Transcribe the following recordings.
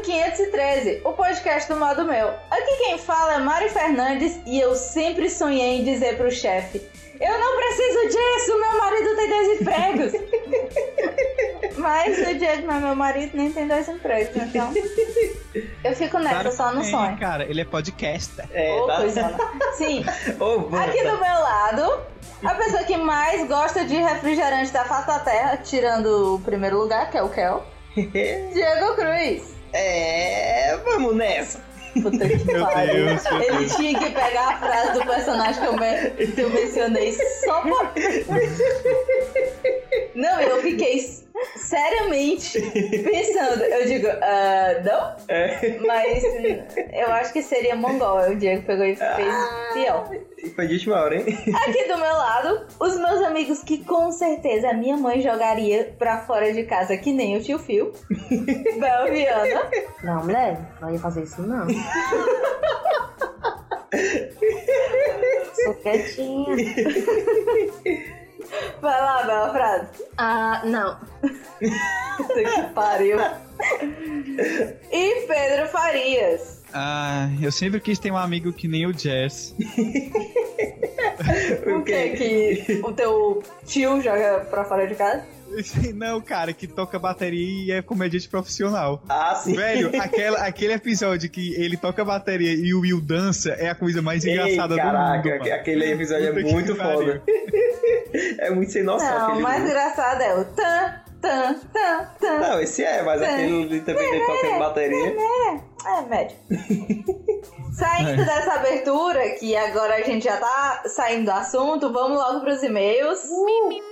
513, o podcast do modo meu. Aqui quem fala é Mari Fernandes e eu sempre sonhei em dizer pro chefe: Eu não preciso disso, meu marido tem dois empregos. Mas no dia mas meu marido nem tem dois empregos, então. Eu fico nessa, Claro que só no tem, sonho. Cara, ele é podcaster. É, Ô, tá- coisona. Sim, Ô, bota. tá. aqui do meu lado, a pessoa que mais gosta de refrigerante da face da terra, tirando o primeiro lugar, que é o Kel, Diego Cruz. tá. É, vamos nessa. Puta que Meu pariu. Deus, meu Ele tinha que pegar a frase do personagem que eu, men- que eu mencionei só pra. Não, eu fiquei s- seriamente pensando. Eu digo, ah, não, É, mas hum, eu acho que seria mongol. Aí O Diego pegou e fez pior. foi de última hora, hein? Aqui do meu lado, os meus amigos que com certeza a minha mãe jogaria pra fora de casa, que nem o tio Phil. Belviana. Não, mulher, não ia fazer isso não. Sou quietinha. Vai lá, bela frase. Ah, não. Puta que pariu. E Pedro Farias. Ah, eu sempre quis ter um amigo que nem o Jess. O que que o teu tio joga pra fora de casa? Não, cara, que toca bateria e é comediante profissional. Ah, sim. Velho, aquela- aquele episódio que ele toca bateria e o Will dança é a coisa mais Ei, engraçada do caraca, mundo. mano. aquele episódio é Puta que muito pariu. foda. É muito sem noção Não, o aquele mais vídeo. engraçado é o tan, tan, tan, tan. Não, esse é, mas aquele ali também tem tocando bateria. É, médio. Saindo É. dessa abertura, que agora a gente já tá saindo do assunto, vamos logo pros e-mails.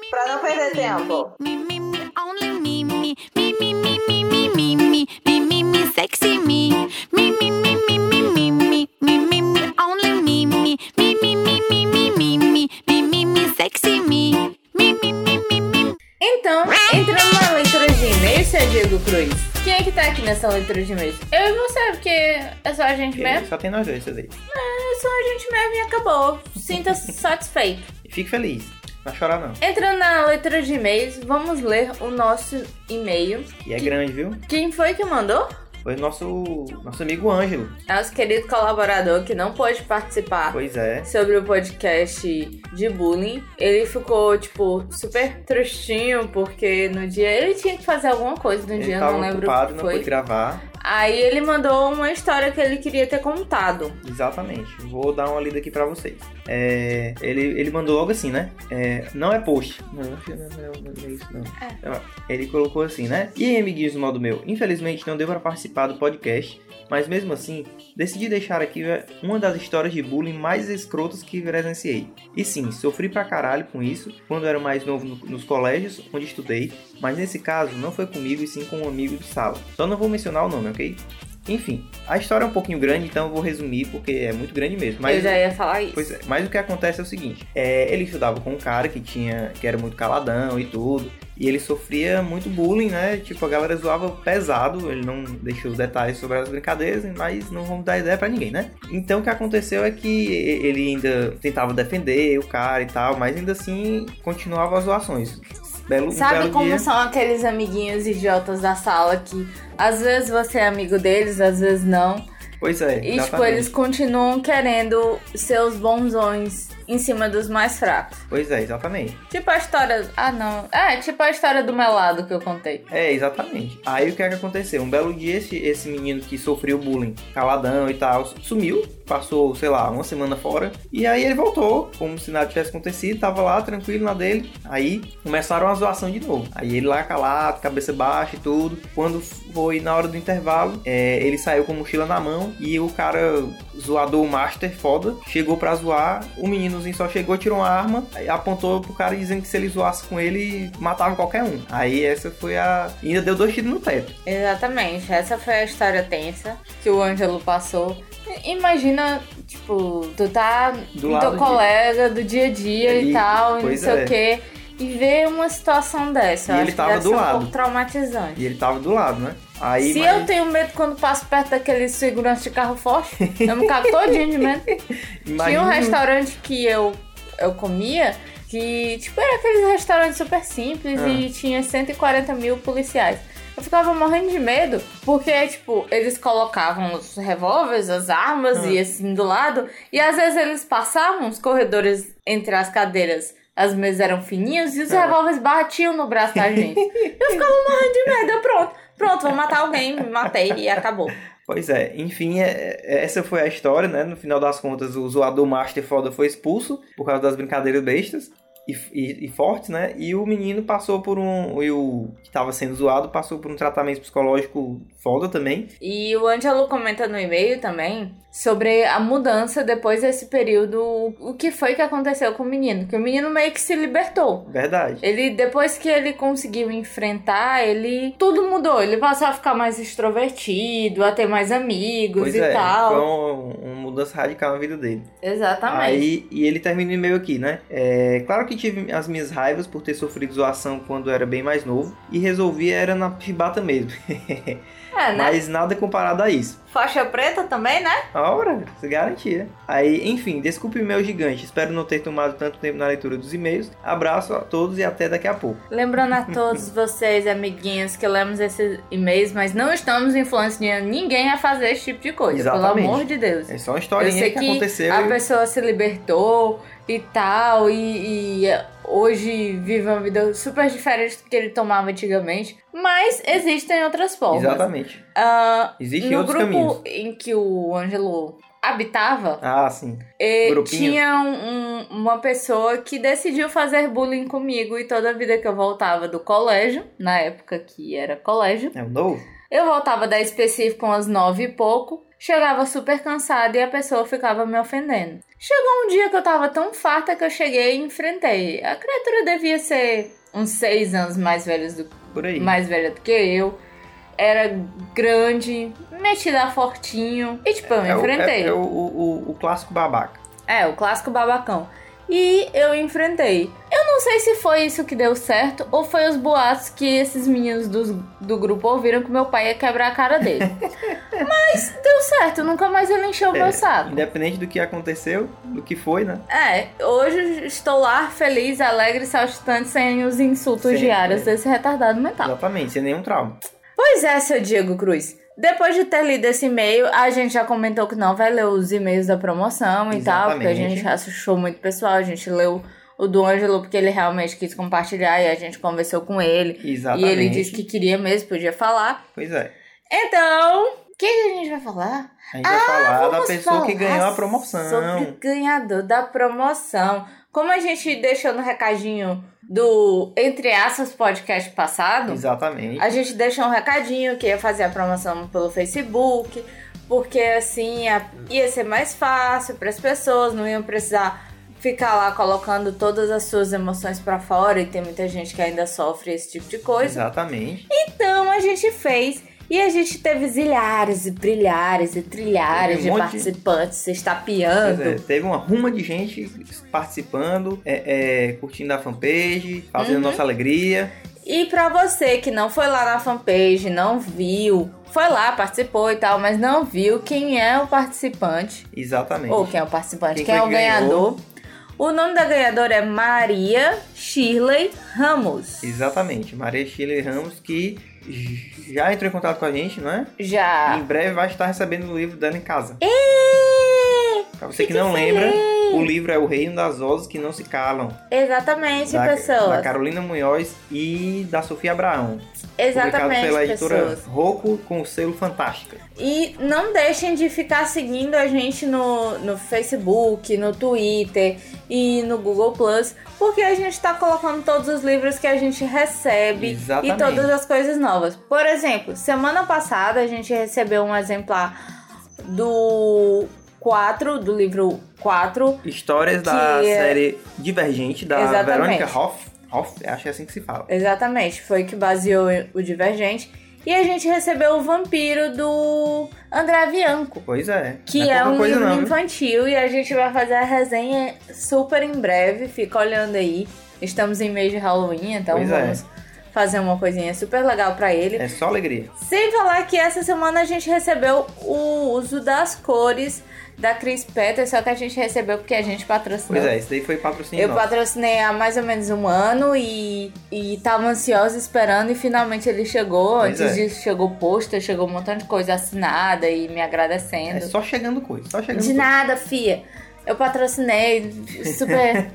pra não perder tempo. Me, me, me, only me, me, me, me, me, me, me, me, me, me, me, me, sexy me. Me, me, me, me, me, me, me, me, me, me, only me, me, me, me, me, me, me, me, me, me, me, me, sexy me. Me, me, me, me, me. Então, entrando na leitura de e-mails, seu Diego Cruz. Quem é que tá aqui nessa leitura de e-mails? Eu e você, porque é só a Né? gente mesmo. Só tem nós dois, isso aí. É só a gente mesmo e acabou. Sinta-se satisfeito. E fique feliz. Não chorar não. Entrando na leitura de e-mails, vamos ler o nosso e-mail. E é grande, viu? Quem foi que mandou? Foi nosso, nosso amigo Ângelo. É Nosso querido colaborador que não pôde participar Pois é. sobre o podcast de bullying. Ele ficou, tipo, super tristinho, porque no dia ele tinha que fazer alguma coisa no dia, Ele eu tava não lembro o ocupado, que não foi. pôde gravar. Aí ele mandou uma história que ele queria ter contado. Exatamente. Vou dar uma lida aqui pra vocês. É, ele, ele mandou logo assim, né? É, não é post. Não, não, não, não, não é isso, não. Ele colocou assim, né? E aí, amiguinhos do modo meu? Infelizmente não deu pra participar do podcast, mas mesmo assim, decidi deixar aqui é, uma das histórias de bullying mais escrotas que presenciei. E sim, sofri pra caralho com isso quando era mais novo no- nos colégios onde estudei, mas nesse caso não foi comigo e sim com um amigo de sala. Só não vou mencionar o nome, ok? Enfim, a história é um pouquinho grande, então eu vou resumir porque é muito grande mesmo. Mas eu já ia falar isso. Pois é, mas o que acontece é o seguinte: é, ele estudava com um cara que tinha. que era muito caladão e tudo. E ele sofria muito bullying, né? Tipo, a galera zoava pesado, ele não deixou os detalhes sobre as brincadeiras, mas não vamos dar ideia pra ninguém, né? Então o que aconteceu é que e- ele ainda tentava defender o cara e tal, mas ainda assim continuava as zoações. Belo, um Sabe belo como dia. são aqueles amiguinhos idiotas da sala que às vezes você é amigo deles, às vezes não. Pois é. E tipo, exatamente. eles continuam querendo seus bonzões em cima dos mais fracos. Pois é, exatamente. Tipo a história. Ah, não. Ah, é tipo a história do melado que eu contei. É, exatamente. Aí o que é que aconteceu? Um belo dia esse, esse menino que sofreu bullying, caladão e tal, sumiu, passou, sei lá, uma semana fora, e aí ele voltou, como se nada tivesse acontecido, tava lá tranquilo na dele. Aí começaram a zoação de novo. Aí ele lá calado, cabeça baixa e tudo. Quando foi na hora do intervalo, é, ele saiu com a mochila na mão e o cara, zoador master foda, chegou pra zoar. O meninozinho só chegou, tirou uma arma, aí apontou pro cara dizendo que se ele zoasse com ele, matava qualquer um. Aí essa foi a. e Ainda deu dois tiros no teto. Exatamente. Essa foi a história tensa que o Ângelo passou. I- Imagina, tipo, tu tá Do do lado de- colega é, né, do dia a dia e, E- tal, e não pois sei é. o quê. E ver uma situação dessa. E eu ele acho que tava deve do ser um lado. pouco traumatizante. E ele tava do lado, né? Aí. Se mas- eu tenho medo quando passo perto daquele segurança de carro forte, eu me cago todinho de medo. Tinha um imagina- restaurante que eu, eu comia que, tipo, era aqueles restaurantes super simples Ah. e tinha 140 mil policiais. Eu ficava morrendo de medo, porque, tipo, eles colocavam os revólveres, as armas Ah. e assim do lado, e às vezes eles passavam os corredores entre as cadeiras. As mesas eram fininhas e os Ah. revólveres batiam no braço da gente. Eu ficava morrendo de medo. Eu, pronto, pronto, vou matar alguém, matei e acabou. Pois é, enfim, é- é- essa foi a história, né? No final das contas, o zoador Master Foda foi expulso por causa das brincadeiras bestas e, e, e fortes, né? E o menino passou por um. E o que tava sendo zoado passou por um tratamento psicológico foda também. E o Ângelo comenta no e-mail também sobre a mudança depois desse período, o- o que foi que aconteceu com o menino, que o menino meio que se libertou. Verdade. Ele depois que ele conseguiu enfrentar, ele tudo mudou, ele passou a ficar mais extrovertido, a ter mais amigos Pois e é, foi tal. uma, uma mudança radical na vida dele. Exatamente. Aí, e ele termina o e-mail aqui, né? É, claro que tive as minhas raivas por ter sofrido zoação quando era bem mais novo e resolvi era na chibata mesmo. É, né? Mas nada comparado a isso. Faixa preta também, né? A hora, se garantia. Aí, enfim, desculpe o meu gigante. Espero não ter tomado tanto tempo na leitura dos e-mails. Abraço a todos e até daqui a pouco. Lembrando a todos vocês, amiguinhos, que lemos esses e-mails, mas não estamos influenciando ninguém a fazer esse tipo de coisa, Exatamente. pelo amor de Deus. É só uma historinha sei que, que aconteceu. a pessoa se libertou e tal, e, e hoje vive uma vida super diferente do que ele tomava antigamente. Mas existem outras formas. Exatamente. Ah, Existem no outros grupo caminhos. em que o Ângelo habitava, Ah, sim. eh, Grupinho. tinha um- um- uma pessoa que decidiu fazer bullying comigo e toda vida que eu voltava do colégio, na época que era colégio, É um novo? eu voltava da específica umas nove e pouco, chegava super cansada e a pessoa ficava me ofendendo. Chegou um dia que eu tava tão farta que eu cheguei e enfrentei. A criatura devia ser uns seis anos mais velha do, Por aí. mais velha do que eu. Era grande, metida a fortinho. E tipo, eu é, o, enfrentei. é- é o, o- o- o clássico babaca. É, o clássico babacão. E eu enfrentei. Eu não sei se foi isso que deu certo ou foi os boatos que esses meninos dos- do grupo ouviram que meu pai ia quebrar a cara dele. Mas deu certo, nunca mais ele encheu o É, meu saco. Independente do que aconteceu, do que foi, né? É, hoje estou lá feliz, alegre, saltitante, sem os insultos Sim, diários é. desse retardado mental. Exatamente, sem nenhum trauma. Pois é, seu Diego Cruz. Depois de ter lido esse e-mail, a gente já comentou que não vai ler os e-mails da promoção e tal, porque a Exatamente. gente achou muito pessoal. A gente leu o do Ângelo porque ele realmente quis compartilhar e a gente conversou com ele. Exatamente. E ele disse que queria mesmo, podia falar. Pois é. Então, o que a gente vai falar? A gente vai falar da Ah, Vamos pessoa que falar ganhou a promoção. Sobre o ganhador da promoção. Como a gente deixou no recadinho do Entre Aspas podcast passado, Exatamente. a gente deixou um recadinho que ia fazer a promoção pelo Facebook, porque assim a- ia ser mais fácil para as pessoas, não iam precisar ficar lá colocando todas as suas emoções para fora e tem muita gente que ainda sofre esse tipo de coisa. Exatamente. Então a gente fez e a gente teve zilhares e brilhares e trilhares Teve um de monte de- participantes se Pois estapeando. é, teve uma ruma de gente participando, é, é, curtindo a fanpage, fazendo Uhum. nossa alegria. E pra você que não foi lá na fanpage, não viu, foi lá, participou e tal, mas não viu quem é o participante, Exatamente. ou quem é o participante, Quem quem, foi é o que ganhou? ganhador. O nome da ganhadora é Maria Shirley Ramos. Exatamente. Maria Chile Ramos, que já entrou em contato com a gente, não é? E Já. em breve vai estar recebendo o livro dela em casa. E... Pra você que não lembra, o livro é O Reino das Vozes que Não Se Calam. Exatamente, Da, da pessoas. Carolina Munhoz e da Sofia Abraão. Exatamente, publicado pela editora pessoas. Rocco com o selo Fantástica. E não deixem de ficar seguindo a gente no, no Facebook, no Twitter e no Google Plus, porque a gente tá colocando todos os livros que a gente recebe Exatamente. e todas as coisas novas. Por exemplo, semana passada a gente recebeu um exemplar do 4, do livro 4. Histórias da Que é- série Divergente, da Exatamente. Verônica Hoff. Hoff, acho que é assim que se fala. Exatamente, foi que baseou o Divergente. E a gente recebeu o Vampiro do André Bianco. Pois é. Que não é, pouca um coisa livro não, viu? infantil e a gente vai fazer a resenha super em breve. Fica olhando aí. Estamos em mês de Halloween, então Pois é. vamos fazer uma coisinha super legal pra ele. É só alegria. Sem falar que essa semana a gente recebeu o uso das cores da Chris Petter, só que a gente recebeu porque a gente patrocinou. Pois é, isso daí foi patrocínio Eu nosso. patrocinei há mais ou menos um ano e, e tava ansiosa esperando e finalmente ele chegou. Pois Antes é. disso chegou pôster, chegou um montão de coisa assinada e me É agradecendo. só chegando coisa, só chegando de coisa. nada, fia. Eu patrocinei, super.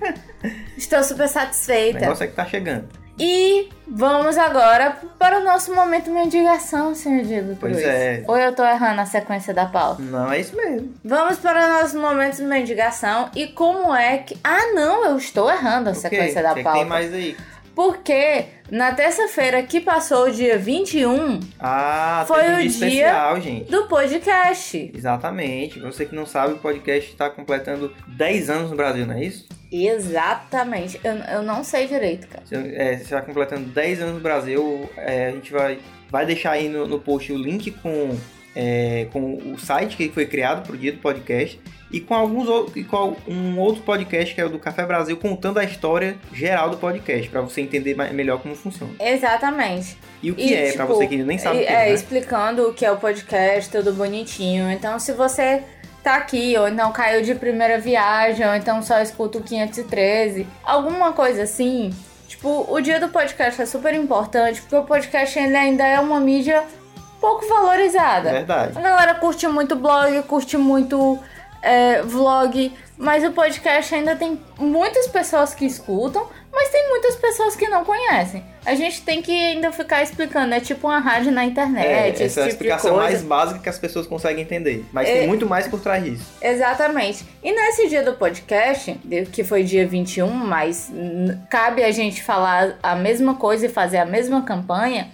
Estou super O satisfeita. negócio é que tá chegando. E vamos agora para o nosso momento mendigação, senhor Diego Pois Cruz. é. Ou eu tô errando a sequência da pauta? Não, é isso mesmo. Vamos para nossos momentos de mendigação e como é que. Ah, não, eu estou errando a Ok, sequência o da que é que pauta. tem mais aí? Porque na terça-feira que passou, o dia 21 Ah, Foi teve um o dia dia- especial, gente. do podcast. Exatamente. Você que não sabe, o podcast tá completando 10 anos no Brasil, não é isso? Exatamente. Eu, eu não sei direito, cara. Você é, você tá completando 10 anos no Brasil. é, a gente vai, vai deixar aí no, no post o link com, é, com o site que foi criado pro dia do podcast. E com alguns ou- e com um outro podcast que é o do Café Brasil, contando a história geral do podcast, para você entender mais- melhor como funciona. Exatamente. E o que E, é, pra tipo, você que nem sabe o E, que é, é. né? explicando o que é o podcast, tudo bonitinho. Então, se você tá aqui, ou então caiu de primeira viagem, ou então só escuta o 513, alguma coisa assim. Tipo, o dia do podcast é super importante, porque o podcast ele ainda é uma mídia pouco valorizada. Verdade. A galera curte muito blog, curte muito é, vlog, mas o podcast ainda tem muitas pessoas que escutam, mas tem muitas pessoas que não conhecem. A gente tem que ainda ficar explicando, é tipo uma rádio na É, internet, essa esse é a tipo de explicação coisa. mais básica que as pessoas conseguem entender. Mas É. tem muito mais por trás disso. Exatamente. E nesse dia do podcast, de- que foi dia 21, mas n- cabe a gente falar a mesma coisa e fazer a mesma campanha,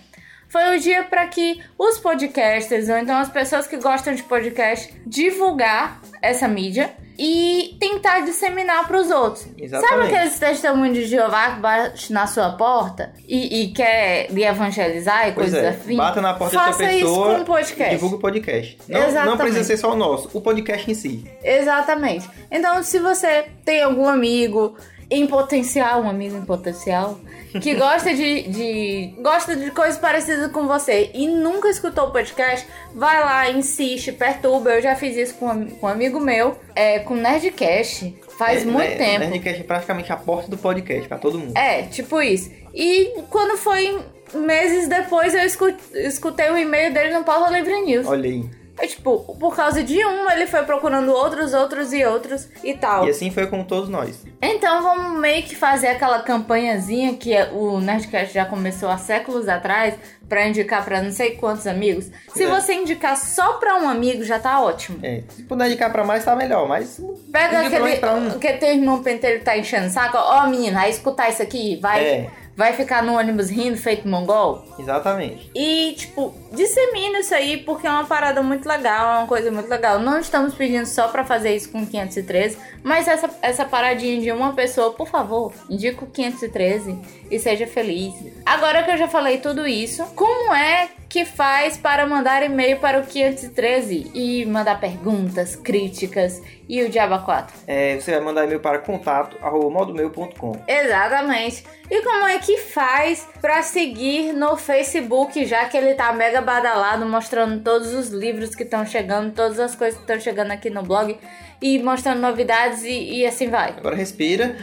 foi o dia para que os podcasters, ou então as pessoas que gostam de podcast, divulgar essa mídia e tentar disseminar para os outros. Sabe Exatamente. aqueles testemunhos de Jeová que bate na sua porta e, e quer lhe evangelizar e Pois coisas é, afim? bata na porta da Faça outra isso pessoa com o podcast. divulga o podcast. Não, não Exatamente. precisa ser só o nosso, o podcast em si. Exatamente. Então, se você tem algum amigo em potencial, um amigo em potencial, que gosta de, de- gosta de coisas parecidas com você e nunca escutou o podcast, vai lá, insiste, perturba. Eu já fiz isso com um, am- com um amigo meu, é, com Nerdcast, faz É, muito né, tempo. O podcast é praticamente a porta do podcast pra todo mundo. É, tipo isso. E quando foi meses depois, eu escu- escutei o e-mail dele no Paulo Livre News. Olha aí. É tipo, por causa de um, ele foi procurando outros, outros e outros e tal. E assim foi com todos nós. Então vamos meio que fazer aquela campanhazinha que é o Nerdcast já começou há séculos atrás pra indicar pra não sei quantos amigos. Se É. você indicar só pra um amigo já tá ótimo. É. Se puder indicar pra mais, tá melhor. Mas Pega Indica pra mais pra aquele um. que teu irmão penteiro tá enchendo o saco, ó menina, aí escutar isso aqui, vai É, vai ficar no ônibus rindo feito mongol. exatamente. E, tipo, dissemina isso aí porque é uma parada muito legal, é uma coisa muito legal. Não estamos pedindo só pra fazer isso com 513, mas essa, essa paradinha de uma pessoa, por favor, indica o 513 e seja feliz. Agora que eu já falei tudo isso, como é que faz para mandar e-mail para o 513 e mandar perguntas, críticas e o Diaba 4? É, você vai mandar e-mail para contato arroba modomeu.com. Exatamente. E como é que faz pra seguir no Facebook, já que ele tá mega badalado, mostrando todos os livros que estão chegando, todas as coisas que estão chegando aqui no blog e mostrando novidades e, e assim vai. Agora respira.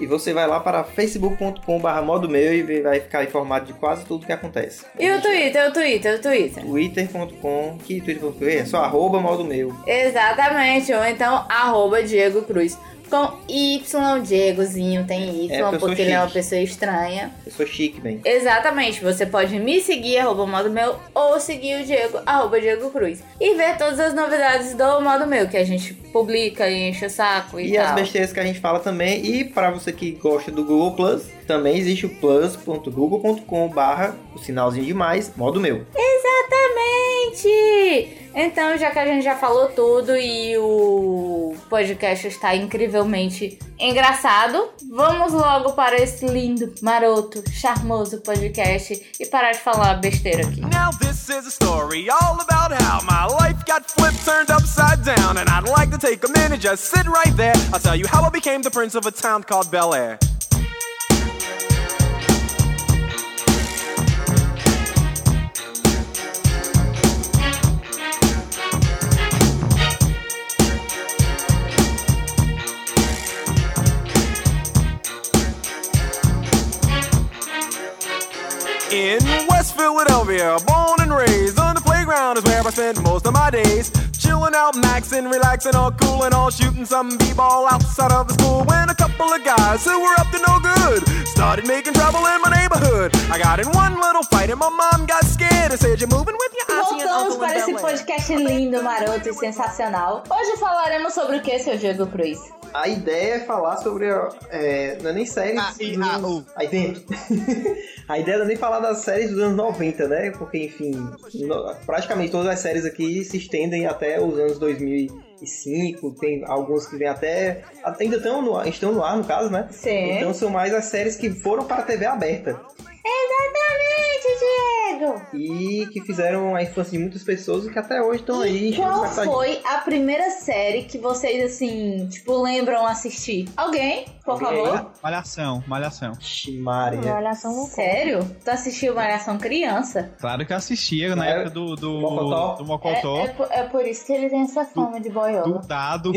e você vai lá para facebook.com.br modomeu e vai ficar informado de quase tudo que acontece. E o Twitter, o Twitter, o Twitter. twitter.com, que twitter.com é só arroba modo meu. Exatamente. Ou então, arroba Diego Cruz. Com Y, Diegozinho, tem É, Y, porque eu sou porque ele é uma chique. pessoa estranha. Eu sou chique, bem. Exatamente, você pode me seguir, arroba modo meu, ou seguir o Diego, arroba Diego Cruz. E ver todas as novidades do modo meu, que a gente publica e enche o saco e, E as tal. besteiras que a gente fala também, e para você que gosta do Google Plus, também existe o plus.google.com barra o sinalzinho de mais, modo meu. Exatamente! Então, já que a gente já falou tudo e o podcast está incrivelmente engraçado, vamos logo para esse lindo, maroto, charmoso podcast e parar de falar besteira aqui. Now this is a story all about how my life got flipped, turned upside down, and I'd like to take a minute, just sit right there. I'll tell you how I became the prince of a town called Bel Air. Philadelphia, born and raised. On the playground is where I spent most of my days. Chilling out, maxing, relaxing, all cool and all shooting some b-ball outside of the school. When a couple of guys who were up to no good started making trouble in my neighborhood. I got in one little fight and my mom got scared and said, "You're moving with your auntie and Voltamos uncle para in esse Bel Air." podcast lindo, maroto e sensacional. Hoje falaremos sobre o que, seu Diego Cruz? A ideia é falar sobre. a- É, não é nem séries. A- e- dos a- anos- o- Aí dentro. a ideia não é nem falar das séries dos anos 90, né? Porque, enfim, no- praticamente todas as séries aqui se estendem até os anos 2005. Tem alguns que vêm até. Ainda estão no, ar- estão no ar, no caso, né? Sim. Então são mais as séries que foram para a TV aberta Exatamente, Diego! e que fizeram a infância de muitas pessoas e que até hoje estão aí. E qual enchendo o foi a primeira série que vocês, assim, tipo, lembram assistir? Alguém, por Alguém? favor? Malhação, malhação. Vixe, Maria. Olha só um Sério? Tu assistiu Malhação Criança? Claro que eu assistia na É, época do, do Mocotó. do É, Mocotó, é por- é por isso que ele tem essa fama de do boiola. Dado.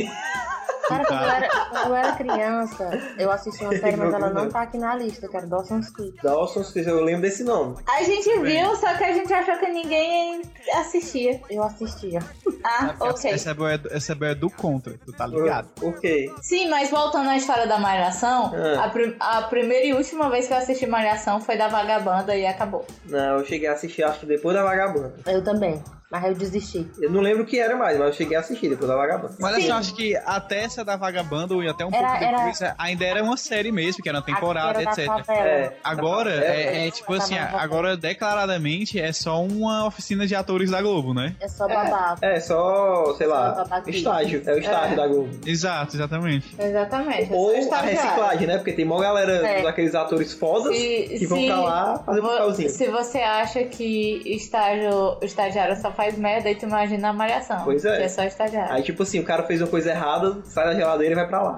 Cara, quando eu, Tá. era, quando eu era criança, eu assisti uma série, mas ela não tá aqui na lista, cara. Dawson's Creek. Dawson's Creek, eu lembro desse nome. A gente viu, só que a gente achou que ninguém assistia. Eu assistia. Ah, ok. Essa é, boia- essa é boia do contra, tu tá ligado? Por quê? Sim, mas voltando à história da Malhação, Ah. a, prim- a primeira e última vez que eu assisti Malhação foi da Vagabanda e acabou. Não, eu cheguei a assistir, acho que depois da Vagabanda. Eu também. Mas eu desisti. Eu não lembro o que era mais, mas eu cheguei a assistir depois da Vagabanda. Olha só, assim, acho que até essa da Vagabanda e até um Era- pouco era- depois, ainda era uma série mesmo, que era uma temporada, Aquela da etc. favela. É. Agora, é, é é, tipo tá assim, mais agora declaradamente é só uma oficina de atores da Globo, né? É só babado. É, só, sei lá, Só babaquinha. estágio. É o estágio É. da Globo. Exato, exatamente. Exatamente. Ou a reciclagem, né? Porque tem mó galera É. daqueles atores fodas que vão pra lá fazer um papelzinho. Se você acha que estágio, estagiário só faz merda, aí tu imagina a malhação. Pois é. Que é só estagiário. Aí, tipo assim, o cara fez uma coisa errada, sai da geladeira e vai pra lá.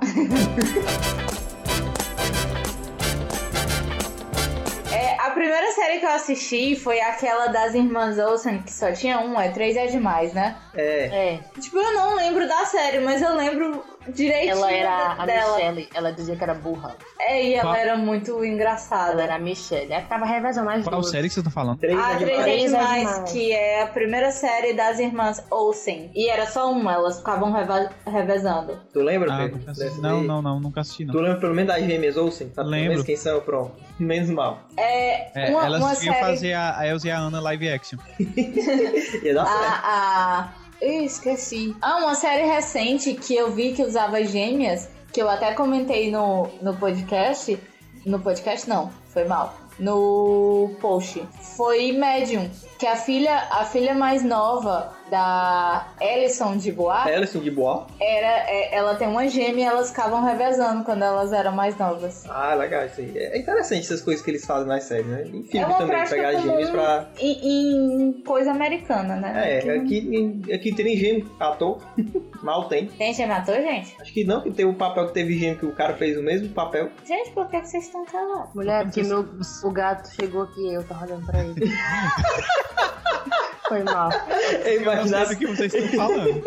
É, a primeira série que eu assisti foi aquela das Irmãs Olsen, que só tinha um, é três é demais, né? É, É. Tipo, eu não lembro da série, mas eu lembro direitinho Ela era a dela. Michelle. Ela dizia que era burra. É, e ela Qual? era muito Ela engraçada. era a Michelle. Ela tava revezando as Qual duas. série que você tá falando? três A é Três demais. é Três é Demais, Demais. que é a primeira série das irmãs Olsen. E era só uma, elas ficavam reva- revezando. Tu lembra, Ah, Pedro? nunca assisti. Dessa Não, daí? não, não, nunca assisti, Tu não. lembra pelo menos das gêmeas Olsen? Sabe pelo Lembro. menos quem são? Pronto. Menos mal. É, É, uma, uma elas iam série... fazer a, a Elsa e a Ana live action. Ia Ah. dar certo. A, a... Ih, esqueci. Ah, uma série recente que eu vi que usava gêmeas, que eu até comentei no, no podcast. No podcast não, foi mal. No post. Foi Medium, que a filha, a filha mais nova da Alison de Bois, Alison de Bois. era, é, ela tem uma gêmea e elas ficavam revezando quando elas eram mais novas. Ah, legal isso aí. É interessante essas coisas que eles fazem nas séries, né? Em É filme uma também, prática pegar comum. né? gêmeos pra. Em, em coisa americana, né? É, aqui, aqui tem nem gêmeo, ator. Mal tem. Tem gêmea ator, gente? Acho que não, que tem o papel que teve gêmeo que o cara fez o mesmo papel. Gente, por que que vocês estão calados? Mulher, porque meu, assim. o gato chegou aqui eu tava olhando pra ele. Foi mal. Eu Eu não sei imaginava do que. que vocês estão falando.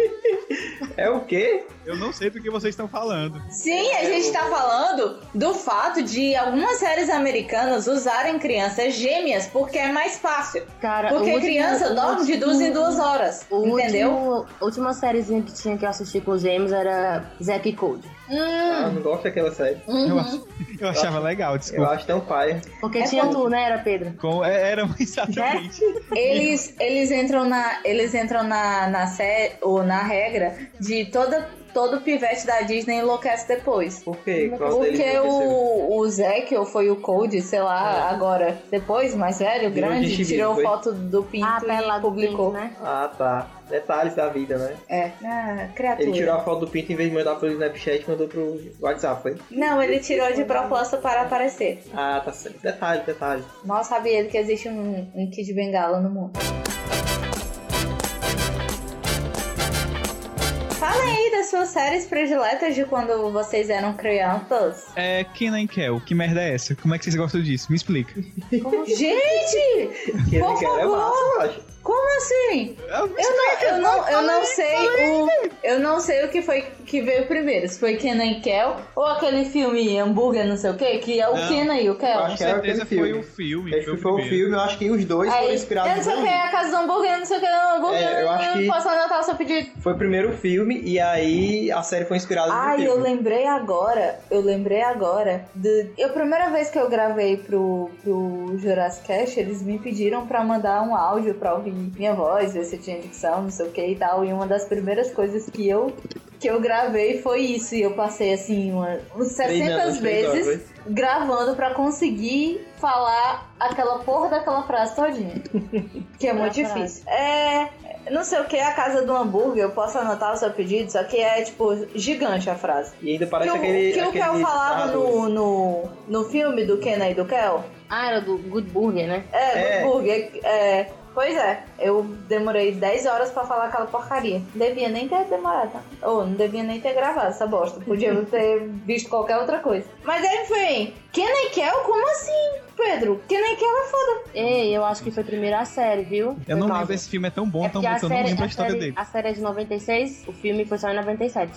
É o quê? Eu não sei do que vocês estão falando. Sim, a gente tá falando do fato de algumas séries americanas usarem crianças gêmeas porque é mais fácil. Ah, Cara, Porque o último- criança o dorme de último- duas em duas horas, O entendeu? Último, a última sériezinha que tinha que eu assisti com os gêmeos era Zack e Cody. Ah, não gosto daquela série. Uhum. Eu, ach- eu achava legal, Eu desculpa. acho tão pai. Porque É tinha bom. tu, né, era Pedro? Com, é, era exatamente. Né? Eles, eles entram na, eles entram na, na série ou na regra de toda todo pivete da Disney enlouquece depois. Por quê? Qual deles Porque aconteceu? o, o Zack, ou foi o Cold, sei lá, agora, depois, mais velho, Virou grande, de chibi, tirou foi? foto do pinto Ah, e pela publicou. né? Ah, tá. Detalhes da vida, né? É, ah, criatura. Ele tirou a foto do pinto em vez de mandar pro Snapchat, mandou pro WhatsApp, foi? Não, ele tirou de proposta para aparecer. Ah, tá certo. Detalhe, detalhe. Mal sabia ele que existe um, um Kid Bengala no mundo. Fala aí das suas séries prediletas de quando vocês eram crianças. É Kenan e Kel, que merda é essa? Como é que vocês gostam disso? Me explica. Gente! Que ele Por quer é favor. massa, eu acho. Como assim? Eu não, eu não, eu não sei o. Eu Eu não sei o que foi que veio primeiro, se foi Kenan e Kel ou aquele filme Hambúrguer não sei o que, que é o Não. Kenan e o Com Kel. acho que era certeza é aquele foi filme. o filme. Acho que foi o primeiro. filme, eu acho que os dois foram Aí, eu não inspirados sei o que, nele. a casa do hambúrguer, não sei o que, não, hambúrguer, É, eu acho que- posso anotar seu pedido. Foi o primeiro filme e aí a série foi inspirada no Ai, filme. eu lembrei agora, eu lembrei agora. Do, eu, a primeira vez que eu gravei pro, pro Jurassic Cast, eles me pediram pra mandar um áudio pra ouvir minha voz, ver se eu tinha dicção, não sei o que e tal. E uma das primeiras coisas que eu, que eu gravei foi isso. E eu passei, assim, uma, uns 60 vezes Treinando, três horas. gravando pra conseguir falar aquela porra daquela frase todinha. que é muito Aquela frase. difícil. É. Não sei o que, a casa do hambúrguer, eu posso anotar o seu pedido, só que é, tipo, gigante a frase. E ainda Que parece o aquele. que o aquele Kel falava no, narrador. no, no filme do Kenan e do Kel? Ah, era do Good Burger, né? É, É. do hambúrguer. É, pois é, eu demorei 10 horas pra falar aquela porcaria. Devia nem ter demorado, tá? Ou não devia nem ter gravado essa bosta. Podia ter visto qualquer outra coisa. Mas enfim, Kenan e Kel, como assim, Pedro? Kenan e Kel é foda. Ei, eu acho que foi primeiro a série, viu? Foi Eu não lembro, causa. esse filme é tão bom, É tão porque bom a que eu não série, lembro a a, história série, dele. a série é de 96, o filme foi só em 97.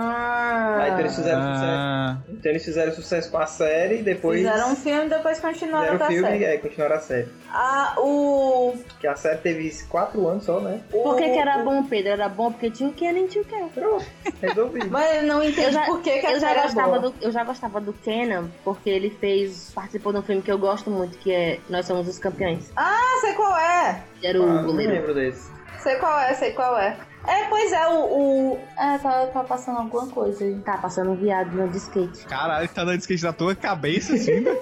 Aí então Ah, eles fizeram sucesso. Ah, Então eles fizeram sucesso com a série e depois. fizeram um filme e depois continuaram fizeram um com a filme e série. aí continuaram a série. Ah, o Porque a série teve quatro anos só, né? Por que, que era bom, Pedro? Era bom porque tinha o Kenan e tinha o Kel. Pronto, resolvi. Mas eu não Eu entendo já- por que, que Eu a já, série é boa. gostava do, eu já gostava do Kenan, porque ele fez. participou de um filme que eu gosto muito, que é Nós Somos os Campeões. Ah, sei qual é. Ele era o Ah, não goleiro. lembro desse. Sei qual é, sei qual é. É, pois é, o. o... É, tá, tá passando alguma coisa aí. Tá passando um viado no de skate. caralho, tá dando skate na tua cabeça, assim, né?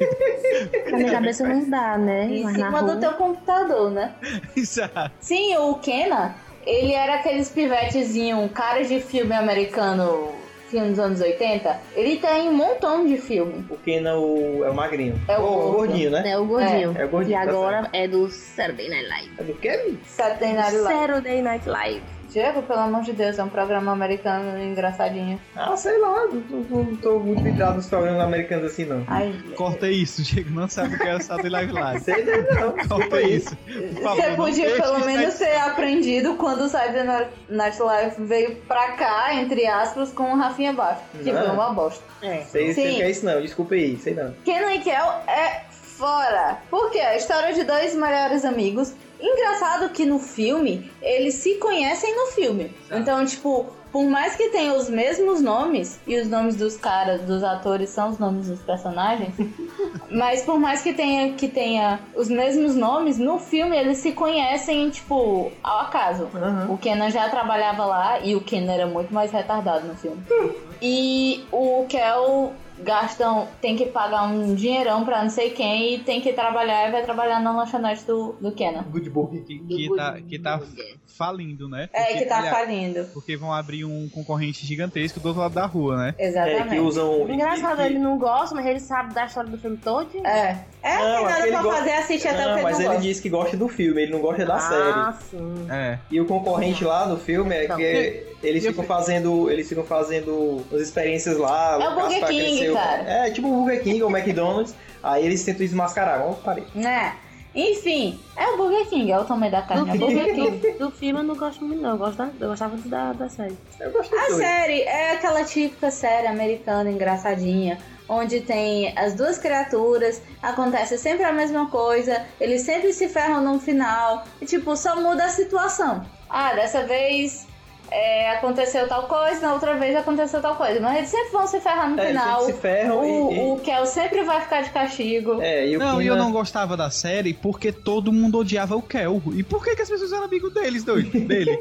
Na minha cabeça não dá, né? Em Mas na cima rua- do teu computador, né? Exato. Sim, o Kena, ele era aqueles pivetezinho, um cara de filme americano, filme dos anos 80. Ele tem um montão de filme. O Kenan o... é o magrinho. É o Ô, gordo. gordinho, né? É o gordinho. É, é o gordinho, E tá agora é do Saturday Night Live. É do Kevin? Saturday Night Live. Saturday Night Live. Diego, pelo amor de Deus, é um programa americano engraçadinho. Ah, sei lá, não tô, não tô muito vidrado nos programas americanos assim, não. Ai, Corta isso, Diego. Não sabe o que é o Saturday Live Live. Sei lá, não, desculpa Corta aí. isso. Por favor, Você não podia deixe pelo isso menos ter aprendido quando o Saturday Night Live veio pra cá, entre aspas, com o Rafinha Baixo, que Não. foi uma bosta. É. Sei, sei Sim. o que é isso, não, desculpa aí, sei não. Kenan e Kel é fora. Porque é a história de dois melhores amigos. Engraçado que no filme, eles se conhecem no filme. Então, tipo, por mais que tenham os mesmos nomes, e os nomes dos caras, dos atores, são os nomes dos personagens, mas por mais que tenha, que tenha os mesmos nomes, no filme eles se conhecem, tipo, ao acaso. Aham. O Kenan já trabalhava lá e o Kenan era muito mais retardado no filme. E o Kel gastam, tem que pagar um dinheirão pra não sei quem e tem que trabalhar e vai trabalhar na lanchonete do, do Kenan. Good Burger King. Que, que tá, que tá falindo, né? É, Porque, que tá aliás, é, falindo. Porque vão abrir um concorrente gigantesco do outro lado da rua, né? É, que Exatamente. usam. Ah, Engraçado, que- ele não gosta, mas ele sabe da história do filme todo. É. É, Não, tem mas nada ele pra gosta- fazer, assiste até o Não, que mas ele não ele gosta. disse que gosta do filme, ele não gosta da série. ah, sim. É. E o concorrente lá do filme é Então, que eles eu- ficam fazendo. Eles ficam fazendo as experiências lá. É o Lucas Burger pra King, crescer o- cara. É tipo o Burger King ou o McDonald's. Aí eles tentam desmascarar. Ó, parei. Né? Enfim, é o Burger King, é o tamanho da Do carne. É o Burger King. filme, do, do filme eu não gosto muito, não. Eu, gosto da- eu gostava muito da, da série. Eu gosto A dos dois. série é aquela típica série americana engraçadinha, onde tem as duas criaturas, acontece sempre a mesma coisa, eles sempre se ferram no final, e tipo, só muda a situação. Ah, dessa vez é, aconteceu tal coisa, na outra vez aconteceu tal coisa, mas eles sempre vão se ferrar no É, eles final. sempre se ferram e- O, e. o Kel sempre vai ficar de castigo. É, e o Não, e eu Kina- não gostava da série porque todo mundo odiava o Kel. E por que, que as pessoas eram amigos deles, doido? Dele?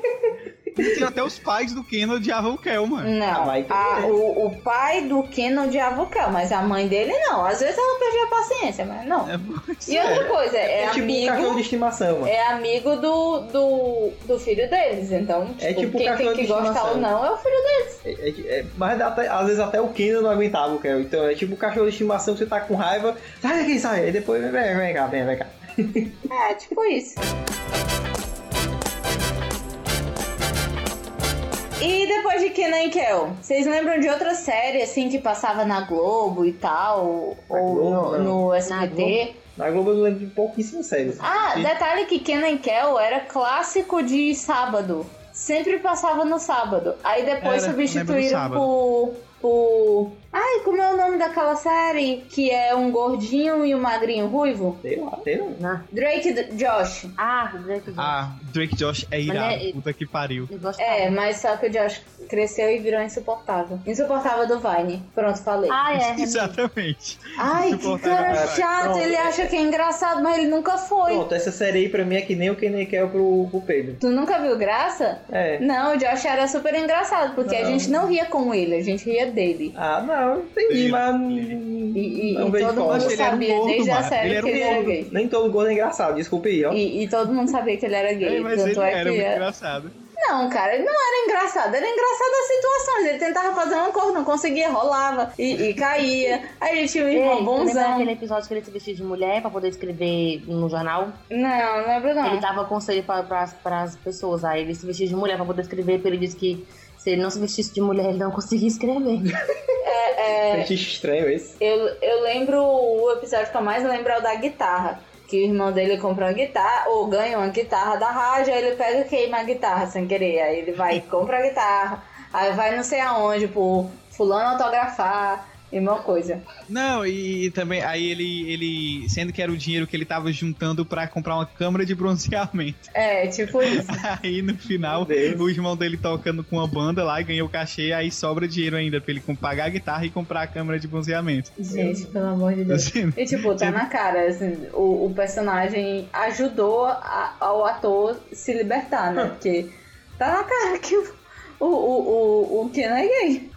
Tinha até os pais do Ken odiavam o Kel, mano. Não, Ah, mas então a- beleza. o, o pai do Ken odiava o Kel, mas a mãe dele não. Às vezes ela perdia a paciência, mas não. É, pois E é. outra coisa, é, É tipo um amigo. cachorro de estimação, mano. É amigo do, do, do filho deles, então tipo, É tipo quem tem cachorro que de gostar estimação. ou não é o filho É, é- é- mas até- às vezes até o Kina não aguentava o Kel. Então é tipo um cachorro de estimação que você tá com raiva. Sai daqui, sai. Aí depois vem, vem, vem cá, vem, vem cá. dele. É, tipo isso. E depois de Kenan e Kel, vocês lembram de outra série assim que passava na Globo e tal? Na ou Globo, no, no Na SBT? Na Globo eu lembro de assim. pouquíssimas séries. Ah, detalhe que Kenan e Kel era clássico de sábado. Sempre passava no sábado. Aí depois Era, lembro do substituíram sábado. por, por. Ai, como é o nome daquela série? Que é um gordinho e um magrinho ruivo? Sei lá, sei lá. Drake D- Josh. Ah, Drake Josh. Ah, Drake Josh é Mas irado. é- Puta que pariu. Eu gostava. É, mas só que o Josh cresceu e virou insuportável. Insuportável do Vine. Pronto, falei. Ah, é. Exatamente. Ai, que insuportável cara do Vine. chato. Pronto. Ele acha que é engraçado, mas ele nunca foi. Pronto, essa série aí pra mim é que nem o que nem quer pro, pro Pedro. Tu nunca viu graça? É. Não, o Josh era super engraçado, porque a Não. gente não ria com ele, a gente ria dele. Ah, não, entendi, Sim. mas. E, e- Não e vejo todo forma. mundo Ele era um sabia, gordo, desde a Mara. série Ele era que um ele era gay. Nem todo gordo é engraçado, desculpa aí, ó. E, e todo mundo sabia que ele era gay. É, mas tanto ele é era que muito é- engraçado. Não, cara, ele não era engraçado. Era engraçado as situações. Ele tentava fazer uma cor, não conseguia, rolava e, e caía. Aí ele tinha um Ei, irmão lembra bonzão. daquele episódio que ele se vestiu de mulher pra poder escrever no jornal? Não, não lembro Ele tá- não. dava conselho pra, pras- pras pessoas. Aí ele se vestia de mulher pra poder escrever, porque ele disse que se ele não se vestisse de mulher, ele não conseguia escrever. É, Gente estranho esse. eu, eu lembro o episódio que eu mais lembro é o da guitarra. Que o irmão dele compra uma guitarra, ou ganha uma guitarra da rádio, aí ele pega e queima a guitarra sem querer. Aí ele vai e compra a guitarra. Aí vai não sei aonde, pro fulano autografar e uma coisa. Não, e, e também, aí ele, ele, sendo que era o dinheiro que ele tava juntando pra comprar uma câmera de bronzeamento. É, tipo isso. Aí no final, Meu Deus. o irmão dele tocando com uma banda lá e ganhou o cachê, aí sobra dinheiro ainda pra ele com- pagar a guitarra e comprar a câmera de bronzeamento. Gente, pelo amor de Deus. Assim, E tipo, tá Sim. na cara, assim, o, o personagem ajudou a- ao ator se libertar, né? Porque tá na cara que o, o, o, o, o Ken é gay.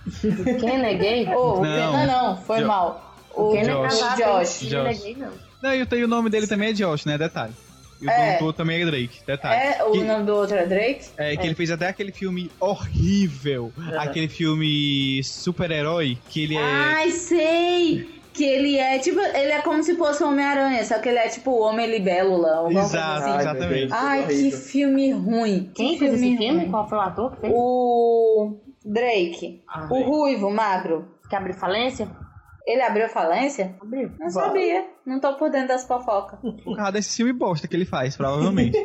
Quem é gay? Ou o Ken Não. não, é não, foi Jo- mal. O, O Ken é Josh. casado, o hein? Josh. Quem é Josh. gay, não. Não, e o, e o nome dele também é Josh, né? Detalhe. E o É. nome do outro também é Drake, detalhe. É, o Que- nome do outro é Drake? É, que ele fez até aquele filme horrível. Aquele filme super-herói, que ele é. Ai, sei! Que ele é tipo, ele é como se fosse o Homem-Aranha, só que ele é tipo o Homem-Libélula. alguma coisa Exato, assim. Ah, exatamente. Ai, que é horrível. filme ruim. Quem que fez esse ruim. filme? Qual foi o ator que fez? O Drake. Ah, O ruivo, magro. Que abriu falência? Ele abriu falência? Abriu. Não sabia. Não tô por dentro das fofocas. Por causa desse filme bosta que ele faz, provavelmente.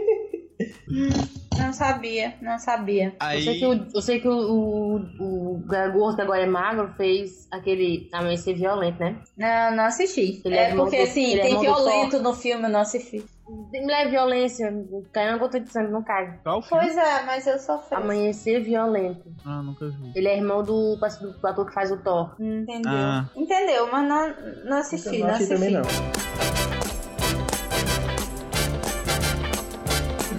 Não sabia, não sabia. Eu sei Aí. que, o, eu sei que o, o, o gordo que agora é magro fez aquele Amanhecer Violento, né? Não, não assisti. Ele é é porque, irmão do- assim, ele é tem irmão do violento no filme, eu não assisti. Mulher é violência, caiu uma gota de sangue, não cai. Qual o filme? Pois é, mas eu só fui. Amanhecer Violento. Ah, nunca vi. Ele é irmão do, do ator que faz o Thor. Entendeu? Ah. Entendeu, mas não, não assisti, não Eu não achei assisti. também não.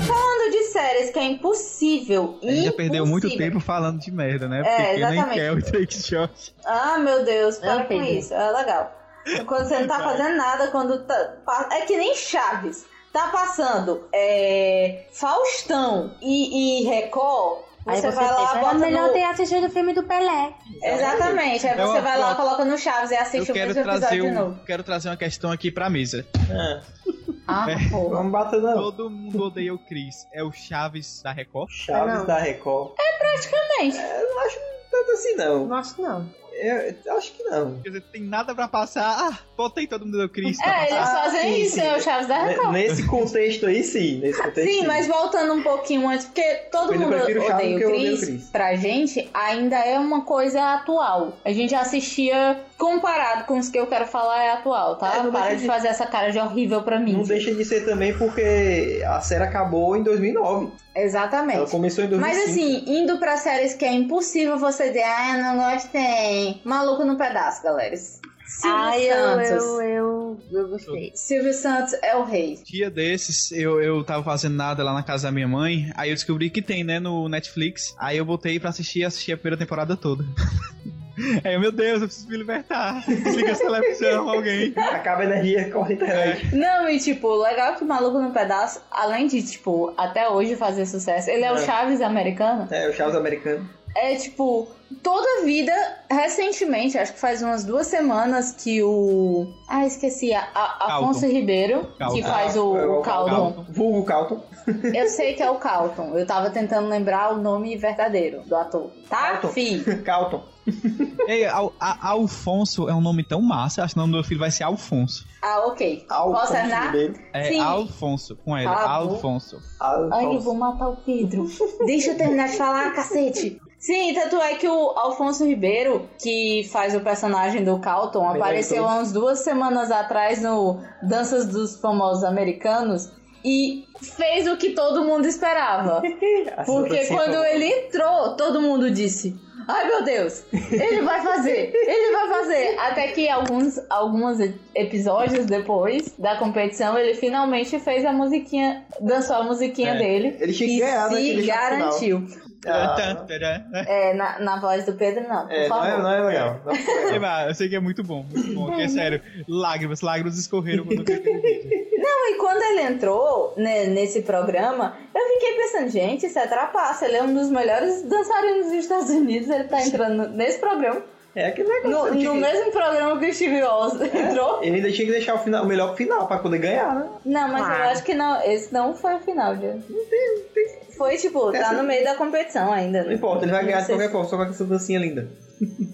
Falando de séries que é impossível, A gente já perdeu muito impossível. tempo É falando de merda, né? É, Porque nem exatamente. quer o Drake Josh. Ah, meu Deus, para Ah, com Pedro. isso. É legal. Quando você não tá fazendo nada, quando tá, pa- é que nem Chaves. Tá passando é, Faustão e, e Record, Aí você, vai lá, pensa, bota era melhor no... ter assistido o filme do Pelé. Exatamente, aí É você uma vai lá, foto. coloca no Chaves e Eu assiste o quero mesmo episódio trazer, de novo. um, quero trazer uma questão aqui pra mesa. Ah, Ah, É. porra. vamos bater não. Todo mundo odeia o Chris. É o Chaves da Record? Chaves É, Ah, não. da Record. Praticamente. Eu não acho tanto assim, não. Não acho não. Eu, eu acho que não. Quer dizer, tem nada pra passar. Ah, botei todo mundo odeia o Chris. pra É, passar. eles fazem sim, isso, sim. é o Chaves da Ne- Record. Nesse contexto aí, sim. Nesse contexto, Sim, mas voltando um pouquinho antes, porque todo Mas eu mundo prefiro o Chaves odeia do que eu o odeio o Chris. Chris. Pra gente, ainda é uma coisa atual. A gente assistia comparado com os que eu quero falar é atual, tá? É, não Para deixa de de- fazer essa cara de horrível pra mim. Não deixa de ser também porque a série acabou em 2009. Ela Exatamente. começou em 2005. É Mas assim, indo pra séries que é impossível você dizer, ah, eu não gostei. Maluco no pedaço, galera. Silvio Ai, eu, Santos. eu, eu, eu gostei. Silvio Santos é o rei. Dia desses, eu, eu tava fazendo nada lá na casa da minha mãe, aí eu descobri que tem, né, no Netflix. Aí eu botei pra assistir e assisti a primeira temporada toda. Aí, eu, meu Deus, eu preciso me libertar. Desliga essa televisão, alguém. Acaba a energia, corre a internet. Não, e tipo, o legal é que o Maluco no Pedaço, além de, tipo, até hoje fazer sucesso, ele é, o É. Chaves americano. É, o Chaves americano. É tipo, toda vida, recentemente, acho que faz umas duas semanas que o. Ah, esqueci, a, a- Calton. Afonso Ribeiro, que Calton. faz o, Ah, é o Caldon. Vulgo Calton. Eu sei que é o Calton. Eu tava tentando lembrar o nome verdadeiro do ator. Tá, Calton. fi? Calton. Ei, Al- A- Alfonso é um nome tão massa. Acho que o nome do meu filho vai ser Alfonso. Ah, ok. Posso andar? É Sim. Alfonso, com ele. Fala, amor. Alfonso. Ai, eu vou matar o Pedro. Deixa eu terminar de falar, cacete. Sim, tanto é que o Alfonso Ribeiro, que faz o personagem do Calton, Melhor apareceu ator. há uns duas semanas atrás no Danças dos Famosos Americanos e fez o que todo mundo esperava. Porque quando ele entrou, todo mundo disse: Ai meu Deus, ele vai fazer, ele vai fazer. Até que alguns algumas e- episódios depois da competição, ele finalmente fez a musiquinha, dançou a musiquinha É. dele. Ele tinha que E ganhar, né, se aquele show final. garantiu. Ah, É, na, na voz do Pedro, não, por é, não favor. é, não é legal. Não é legal. Eu sei que é muito bom, muito bom. Porque, sério, lágrimas, lágrimas escorreram quando eu vi aquele vídeo. é. E quando ele entrou né, nesse programa, eu fiquei pensando, gente, isso é trapaça. Ele é um dos melhores dançarinos dos Estados Unidos. Ele tá entrando nesse programa. É aquele negócio. No, ele tinha no que- É. mesmo programa que o Steve Walsh entrou. Ele ainda tinha que deixar o, final, o melhor pro final pra poder ganhar, né? Não, mas eu Claro. acho que não. Esse não foi o final, Diego. Foi tipo, tá Essa- no meio da competição ainda. né? Não importa, ele vai ganhar de Não sei qualquer forma, só com essa dancinha linda.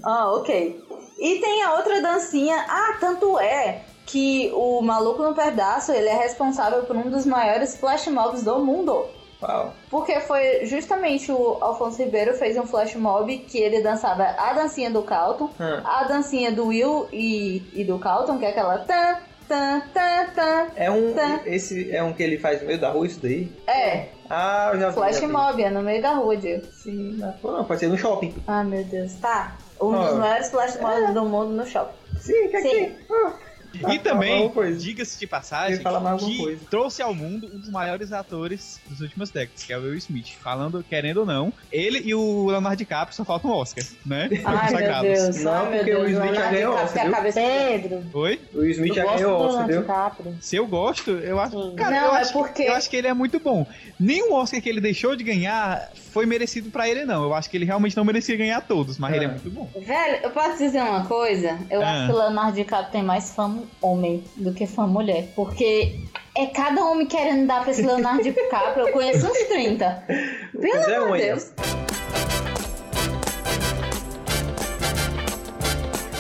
Ah, ok. E tem a outra dancinha. Ah, tanto é que o Maluco no Pedaço ele é responsável por um dos maiores flash mobs do mundo. Uau. Porque foi justamente o Alfonso Ribeiro fez um flash mob que ele dançava a dancinha do Calton, Hum. a dancinha do Will e, e do Calton, que é aquela tan, tan, tan, tan. É um. Tá. Esse é um que ele faz no meio da rua, isso daí? É, Ah, eu já vi, já flash vi. mob, é no meio da rua, Diego. Sim, Ou não, pode ser no shopping. Ah, meu Deus. Tá. Um Ah. dos maiores flash mobs do mundo no shopping. Sim, quer Sim. que. Ah, E Tá, fala também, alguma coisa. diga-se de Eu passagem, ia falar mais alguma que coisa. trouxe ao mundo um dos maiores atores das últimas décadas, que é o Will Smith. Falando, querendo ou não, ele e o Leonardo DiCaprio só faltam Oscar, né? Ai, meu Consagrados. Deus. Não, Ai, meu porque o Deus. Smith já Leonardo ganhou, DiCaprio tem a viu? cabeça- Pedro, Oi? o Will Smith eu já gosto do ganhou, Oscar, Leonardo viu? DiCaprio. Se eu gosto, eu acho. Sim. Cara, Não, eu, é acho, porque- eu acho que ele é muito bom. Nenhum Oscar que ele deixou de ganhar foi merecido pra ele, não. Eu acho que ele realmente não merecia ganhar todos, mas É. ele é muito bom. Velho, eu posso dizer uma coisa? Eu Ah. acho que o Leonardo DiCaprio tem mais fama homem do que fama mulher. Porque é cada homem querendo dar pra esse Leonardo DiCaprio. Eu conheço uns 30. Pelo Zé amor de Unha. Deus.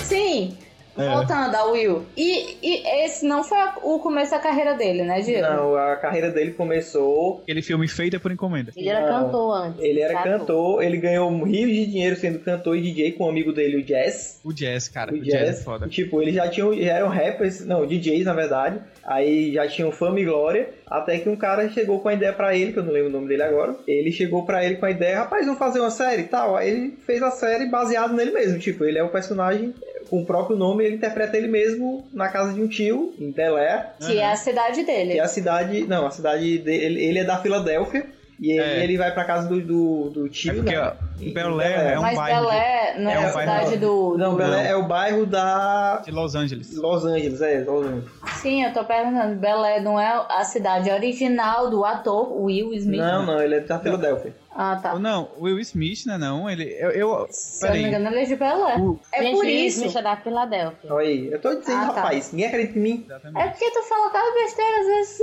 Sim. É. Voltando ao Will. E, e esse não foi a- o começo da carreira dele, né, Diego? Não, a carreira dele começou. Aquele filme feito é por encomenda. Ele era Não. cantor antes. Ele era Ator. cantor, ele ganhou um rio de dinheiro sendo cantor e DJ com um amigo dele, o Jazz. O Jazz, cara. O O Jazz, Jazz. é foda. Tipo, eles já tinham, já eram rappers, não, DJs na verdade. Aí já tinham fama e glória. Até que um cara chegou com a ideia pra ele, que eu não lembro o nome dele agora. Ele chegou pra ele com a ideia, rapaz, vamos fazer uma série e tal. Aí ele fez a série baseado nele mesmo. Tipo, ele é o personagem com o próprio nome, ele interpreta ele mesmo na casa de um tio, em Delé. Que é a cidade dele. Uhum. Que é a cidade. Não, a cidade dele. Ele, ele é da Filadélfia. E ele, É. ele vai pra casa do, do, do É tio. porque né? ó, Em- em Bel Air é um Mas bairro Belé não é, é um a bairro- cidade do. Não, Belé Não. é o bairro da. de Los Angeles. Los Angeles, é, Los Angeles. Sim, eu tô perguntando. Belé não é a cidade original do ator Will Smith? Não, não, ele é da Filadélfia. Ah, tá. Ou Não, o Will Smith, né? Não, ele. Eu. eu Se eu não peraí. me engano, ele é de Belé. O- É Gente, por ele isso. Smith é da Filadélfia. Olha aí. Eu tô dizendo, Ah, tá. rapaz, ninguém acredita em mim. É Exatamente. porque tu fala assim. cada besteira às vezes.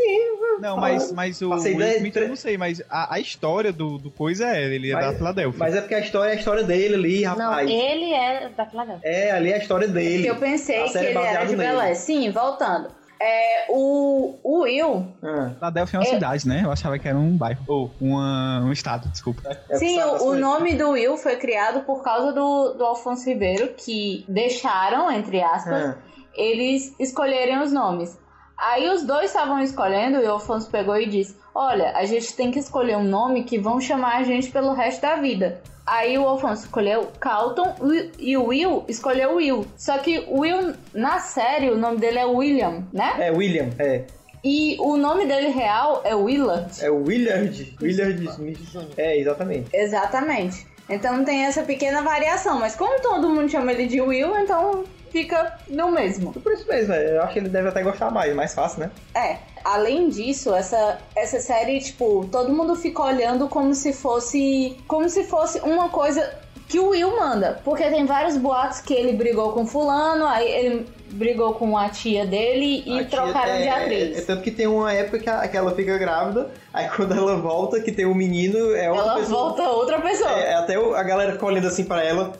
Não, mas, mas o Passei Will ideia de Smith eu tre- não sei, mas a, a história do, do coisa é, ele é Mas- da Filadélfia. Mas é porque a história é a história dele ali, Não, rapaz. ele é da Filadélfia. É, ali é a história dele. Porque eu A pensei que série é ele era baseada de nele. Belé. Sim, voltando. É, o, o Will. Ah, Filadélfia é uma cidade, né? Eu achava que era um bairro. Ou uma, um estado, desculpa. é Sim, sabe, o, as o coisas. nome do Will foi criado por causa do, do Alfonso Ribeiro, que deixaram, entre aspas, Ah, eles escolherem os nomes. Aí os dois estavam escolhendo e o Alfonso pegou e disse: Olha, a gente tem que escolher um nome que vão chamar a gente pelo resto da vida. Aí o Alfonso escolheu Calton Will- e o Will escolheu Will. Só que o Will, na série, o nome dele é William, né? É William, é. E o nome dele real é Willard. É o Willard. Willard Smith. É, exatamente. Exatamente. Então tem essa pequena variação, mas como todo mundo chama ele de Will, então fica no mesmo. Por isso mesmo, é, eu acho que ele deve até gostar mais, mais fácil, né? É, além disso, essa, essa série, tipo, todo mundo fica olhando como se fosse. Como se fosse uma coisa que o Will manda. Porque tem vários boatos que ele brigou com fulano, aí ele brigou com a tia dele e A tia- trocaram é, de É, é, atriz. tanto que tem uma época que, a- que ela fica grávida, aí quando ela volta, que tem o menino, é outra Ela pessoa. volta outra pessoa. É, até o- a galera fica olhando assim pra ela,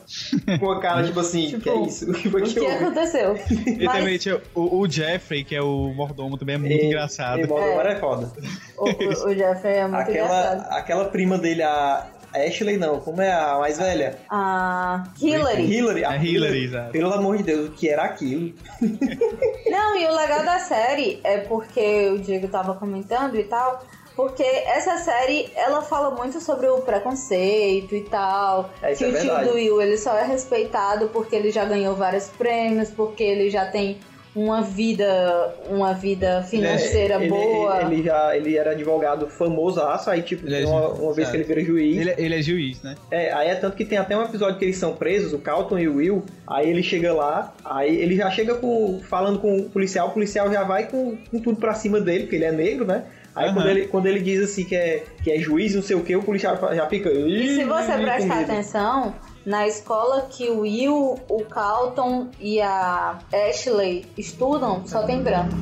com a cara tipo assim, Tipo, que é isso? O que foi O que que houve? aconteceu? E Mas- também tinha o, o Jeffrey, que é o mordomo, também é muito Ei, engraçado. Ei, Baltimore é foda. O, o, o Jeffrey é muito Aquela, engraçado. aquela prima dele, a a Ashley não, como é a mais velha? Ah, Hillary. Hillary. É Hillary, exato. Pelo amor de Deus, o que era aquilo? Não, e o legal da série é porque o Diego tava comentando e tal, porque essa série ela fala muito sobre o preconceito e tal. É, isso que é o verdade. tio do Will ele só é respeitado porque ele já ganhou vários prêmios, porque ele já tem uma vida, uma vida financeira É, Ele- ele- boa. Ele, já ele era advogado famoso, aí tipo, Ele é tem uma, ju- uma vez que sabe. ele vira juiz. Ele, ele é juiz, né? É, aí é tanto que tem até um episódio que eles são presos, o Calton e o Will, aí ele chega lá, aí ele já chega com, falando com o policial, o policial já vai com, com tudo pra cima dele, porque ele é negro, né? Aí Aham. quando, ele, quando ele diz assim que é, que é juiz, não sei o que, o policial fa- já fica. E se você prestar medo." atenção, na escola que o Will, o Carlton e a Ashley estudam, só tem branco.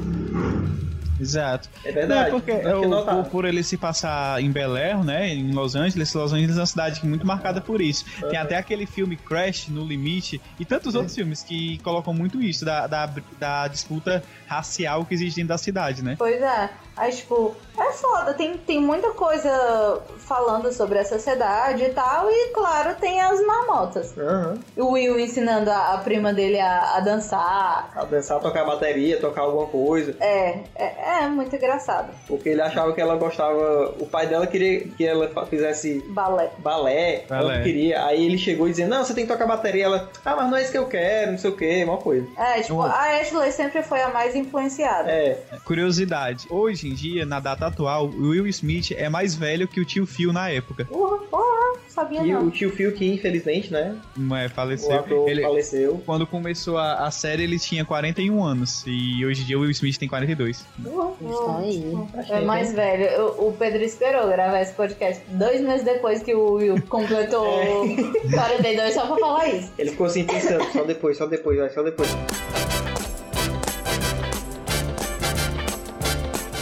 Exato. É Não, verdade. é porque é é o- notável. por, por ele se passar em Bel Air, né? Em Los Angeles, Los Angeles é uma cidade muito marcada por isso. Tem até aquele filme Crash no Limite e tantos É. outros filmes que colocam muito isso, da, da, da disputa racial que existe dentro da cidade, né? Pois é. Aí, tipo, é foda. Tem, tem muita coisa falando sobre a sociedade e tal. E, claro, tem as marmotas. Aham. O Will ensinando a, a prima dele a, a dançar. A dançar, tocar bateria, tocar alguma coisa. É, é, é muito engraçado. Porque ele achava que ela gostava. O pai dela queria que ela fa- fizesse Balé. balé, ela Balé. não queria. Aí ele chegou dizendo, não, você tem que tocar bateria. Ela, ah, mas não é isso que eu quero, não sei o que, uma coisa. É, tipo, Uma- a Ashley sempre foi a mais influenciada. É, Curiosidade, hoje em dia, na data atual, o Will Smith é mais velho que o tio Phil na época. Porra, porra, sabia e não. o tio Phil que, infelizmente, né, Não é, o faleceu. ator Ele- faleceu. Quando começou a, a série, ele tinha 41 anos. E hoje em dia o Will Smith tem 42. Está aí. É mais né? velho. O, o Pedro esperou gravar esse podcast dois meses depois que o Will completou É. 42 só pra falar isso. Ele ficou assim pensando, só depois, só depois, vai, só depois.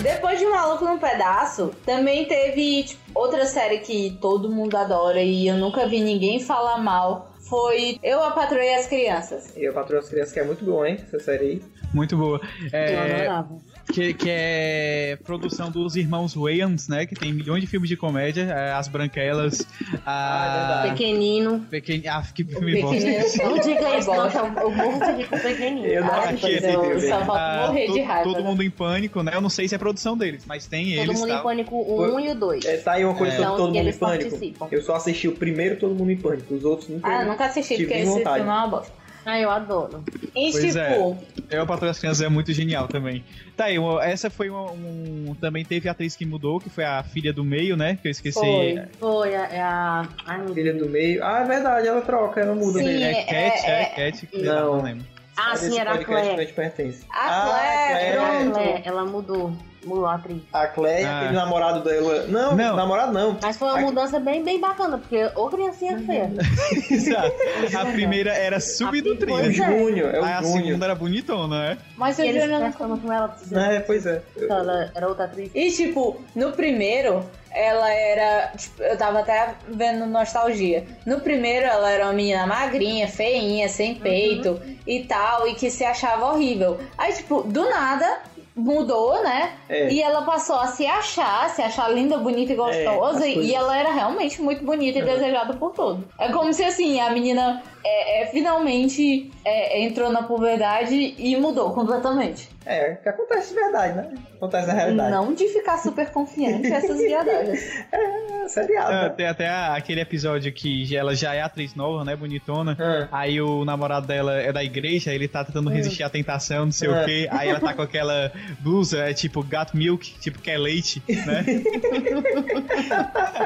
Depois de Maluco num Pedaço, também teve tipo, outra série que todo mundo adora e eu nunca vi ninguém falar mal. Foi Eu a Patroei as Crianças. E o Patrão das Crianças que é muito bom, hein, essa série aí. Muito boa. Eu Uhum. É, adorava. que, que é produção dos irmãos Wayans, né? Que tem milhões de filmes de comédia. é, As Branquelas. ah. A. Pequenino. Pequen- ah, que filme bosta. Pequenino Não diga isso, não, Bosta. que é um, eu eu morro de rir com pequenino. é, Eu não Ai, assisti pois esse eu filme. só falta Ah, morrer to- de raiva. Todo mundo em pânico, né? Eu não sei se é produção deles, mas tem Todo eles. mundo tá? em pânico 1 e o 2. É, tá aí uma coisa É. sobre Então, Todo Mundo eles em Pânico. participam. Eu só assisti o primeiro Todo Mundo em Pânico, os outros nunca... Ah, eu nunca assisti, Tive porque esse vontade. filme é uma bosta. Ah, eu adoro. E Tipo, Pois é. tipo, Eu, a Patrulha das Crianças é muito genial também. Tá aí, uma- essa foi uma- um. Também teve a atriz que mudou, que foi a filha do meio, né? Que eu esqueci. Foi. Foi a... é a... Ai, meu Deus. Filha do meio... Ah, é verdade, ela troca, ela muda né? Sim, mesmo. É, é- Cat, é, é- Cat, que Não. não, não lembro. Ah, Esse sim, era a podcast que Claire. a gente pertence. A Ah, Claire, Era a pronto. Claire. É, Ela mudou. Mudou a atriz. A Cleia, Ah. aquele namorado dela. Não, Não. namorado não. Mas foi uma A- mudança bem, bem bacana, porque ô criancinha Uhum. feia. Exato. A primeira era É o Pois subnutrida. é. Júnior, é Aí Ah, a o Júnior. segunda era bonitona, né? Mas o E eles Júnior não transformam com ela. Então, É, pois é. ela era outra atriz. E, tipo, no primeiro, ela era. tipo, eu tava até vendo nostalgia. No primeiro, ela era uma menina magrinha, feinha, Uhum. sem peito e tal, e que se achava horrível. Aí, tipo, do nada. Mudou, né? É. E ela passou a se achar, se achar linda, bonita e gostosa. as coisas- Uhum. e ela era realmente muito bonita e desejada por todos. É como se assim, a menina é, é, finalmente é, entrou na puberdade e mudou completamente. É, que acontece de verdade, né? Acontece na realidade. Não de ficar super confiante essas viadagens. É seriado. Ah, né? Tem até aquele episódio que ela já é atriz nova, né? Bonitona. É. Ah. Aí o namorado dela é da igreja, ele tá tentando resistir à tentação, não sei É. o quê. Aí ela tá com aquela blusa, é tipo gato milk, tipo que é leite, né?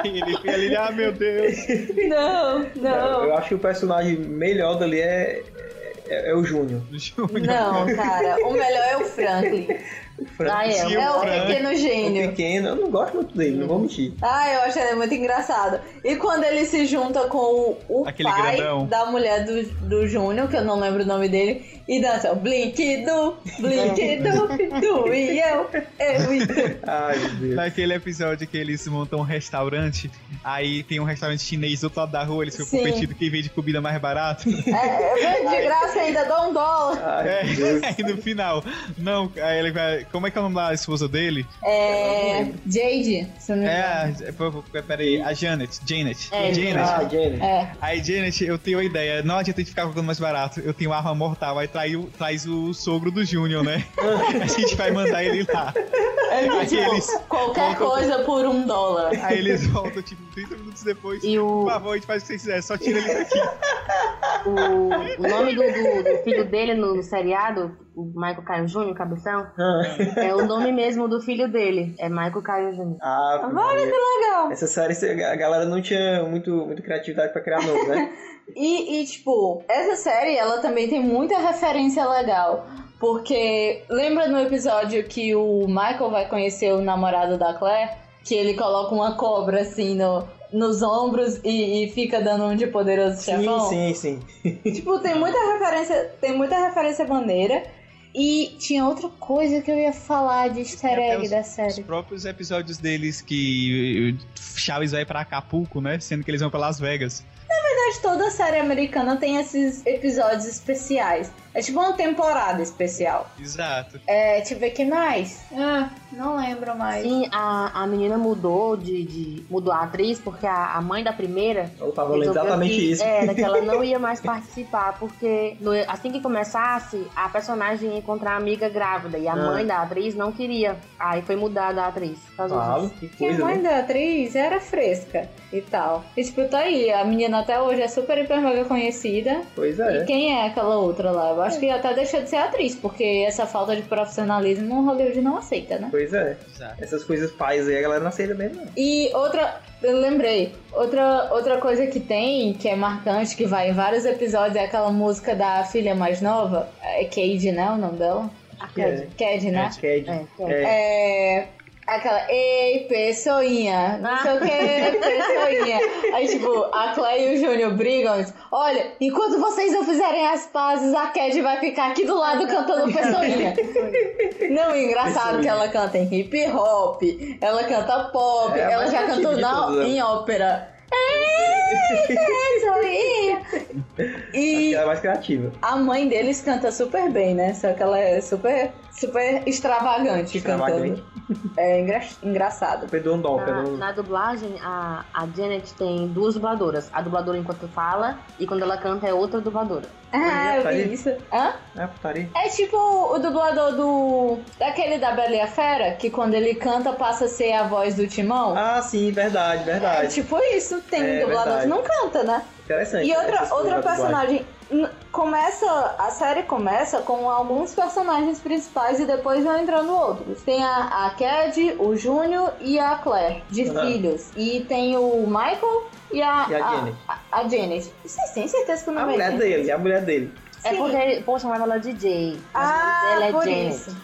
Aí ele fica ali, ah, meu Deus. Não, Eu Ah. não. acho que o personagem melhor dali é, é, é o Júnior. Júnior. Não, cara. O melhor é o Franklin. O Frank, Ah, é. Tinha É o o Frank. pequeno o gênio. pequeno, eu não gosto muito dele, não vou mentir. Ah, eu acho ele muito engraçado. E quando ele se junta com o, o Aquele pai grandão. da mulher do, do Júnior, que eu não lembro o nome dele, e dança o Blink do, Blink do, tu e eu, eu e tu. Ai, meu Deus. Naquele episódio que eles montam um restaurante, aí tem um restaurante chinês do outro lado da rua, eles ficam Sim. competindo quem vende comida mais barata. É, eu de graça ainda dou um dólar. Ai, meu Deus. É, aí no final, não, aí ele vai. Como é que é o nome da esposa dele? É. Jade, se eu não me É, engano. a- é, pô, pô, peraí, a Janet, Janet. É, Janet. Ah, Jenny. É. Aí, Janet, eu tenho uma ideia. Não adianta a gente ficar colocando mais barato. Eu tenho arma mortal. Aí trai o- traz o sogro do Júnior, né? a gente vai mandar ele lá. Aí eles, Tipo, Qualquer coisa por um dólar. aí eles voltam, tipo, 30 minutos depois. E o, Por favor, a gente faz o que vocês quiserem, só tira ele daqui. o, o nome do, do- do filho dele no seriado, o Michael Caio Júnior, cabeção, é o nome mesmo do filho dele. É Michael Caio Júnior. Ah, Olha Maria. Legal. Essa série, a galera não tinha muito, muito criatividade pra criar nome, né? E, e, tipo, essa série, ela também tem muita referência legal. Porque lembra no episódio que o Michael vai conhecer o namorado da Claire? Que ele coloca uma cobra assim no, nos ombros e, e fica dando um de poderoso chefão? sim, sim. Tipo, tem muita referência, tem muita referência maneira. E tinha outra coisa que eu ia falar de easter É, Tem até egg os- da Os É. série. próprios episódios deles que o Chaves vai pra Acapulco, né? Sendo que eles vão pra Las Vegas. Mas toda série americana tem esses episódios especiais. É tipo uma temporada especial. Exato. É, deixa eu ver que mais. Ah, não lembro mais. Sim, a, a menina mudou de, de- mudou a atriz porque a, a mãe da primeira Eu tava falando resolveu exatamente que, isso. Era que ela não ia mais participar, porque no- assim que começasse, a personagem ia encontrar a amiga grávida e a Ah. mãe da atriz não queria. Aí foi mudada a atriz. por causa Claro, disso. que Que a coisa, mãe né? da atriz era fresca e tal. E, tipo, tá aí. A menina até hoje é super, hiper, mega conhecida. Pois E é. quem é aquela outra lá? Eu acho que até deixou de ser atriz, porque essa falta de profissionalismo o Hollywood não aceita, né? Pois é. Exato. Essas coisas pais aí, a galera não aceita mesmo, não. E outra, eu lembrei, outra, outra coisa que tem, que é marcante, que vai em vários episódios, é aquela música da filha mais nova. É Cade, né? O nome dela? A Que é. Cad. Cade, né? Cad. É, Cad. É. É. Aquela, ei, pessoinha, não sei o Ah. que, pessoinha. Aí, tipo, a Clay e o Júnior brigam. eles, Olha, enquanto vocês não fizerem as pazes, a Cad vai ficar aqui do lado cantando pessoinha. Não, é engraçado que ela canta em hip hop, ela canta pop, É, a ela mais já criativa cantou de né? na, todas elas. em ópera. Acho que Ei, pessoinha. E ela é mais criativa. a mãe deles canta super bem, né? Só que ela é super, super extravagante cantando. Extravagante. É engra- engraçado. Pedro Andol, Na, Pedro Ah, na dublagem, a, a Janet tem duas dubladoras. A dubladora enquanto fala e quando ela canta é outra dubladora. Ah, eu tá vi aí. isso. Hã? É, putaria. É tipo o dublador do. daquele da Bela e a Fera, que quando ele canta passa a ser a voz do Timão. Ah, sim, verdade, é verdade. tipo isso, tem É, dublador verdade. que não canta, né? Interessante. E outra, essas coisas né? outra da dublagem. personagem. n- Começa. A série começa com alguns personagens principais e depois vão entrando outros. Tem a, a Cad, o Júnior e a Claire, de Aham. filhos. E tem o Michael e a. E a Jenny. A, a Janet. Vocês têm certeza que o A nome é mulher Janet? dele, a mulher dele. É porque, pô, chamava ela de Jay. mas Ah, ela é por Janet. isso.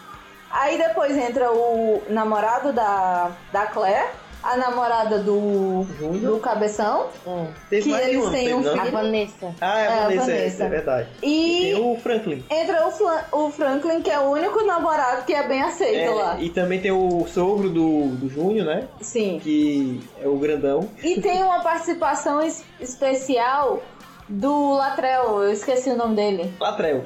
Aí depois entra o namorado da, da Claire, a namorada do, Júnior. do Cabeção É. Teve que mais eles de um, têm teve, um não? A filho. Vanessa. Ah, é, É, a a Vanessa, Vanessa. é verdade. e Tem o Franklin. entra o, Flan- o Franklin, que é o único namorado que é bem aceito É, lá. e também tem o sogro do, do Júnior, né? Sim. Que é o grandão. E tem uma participação es- especial do Latrell, eu esqueci o nome dele. Latrell.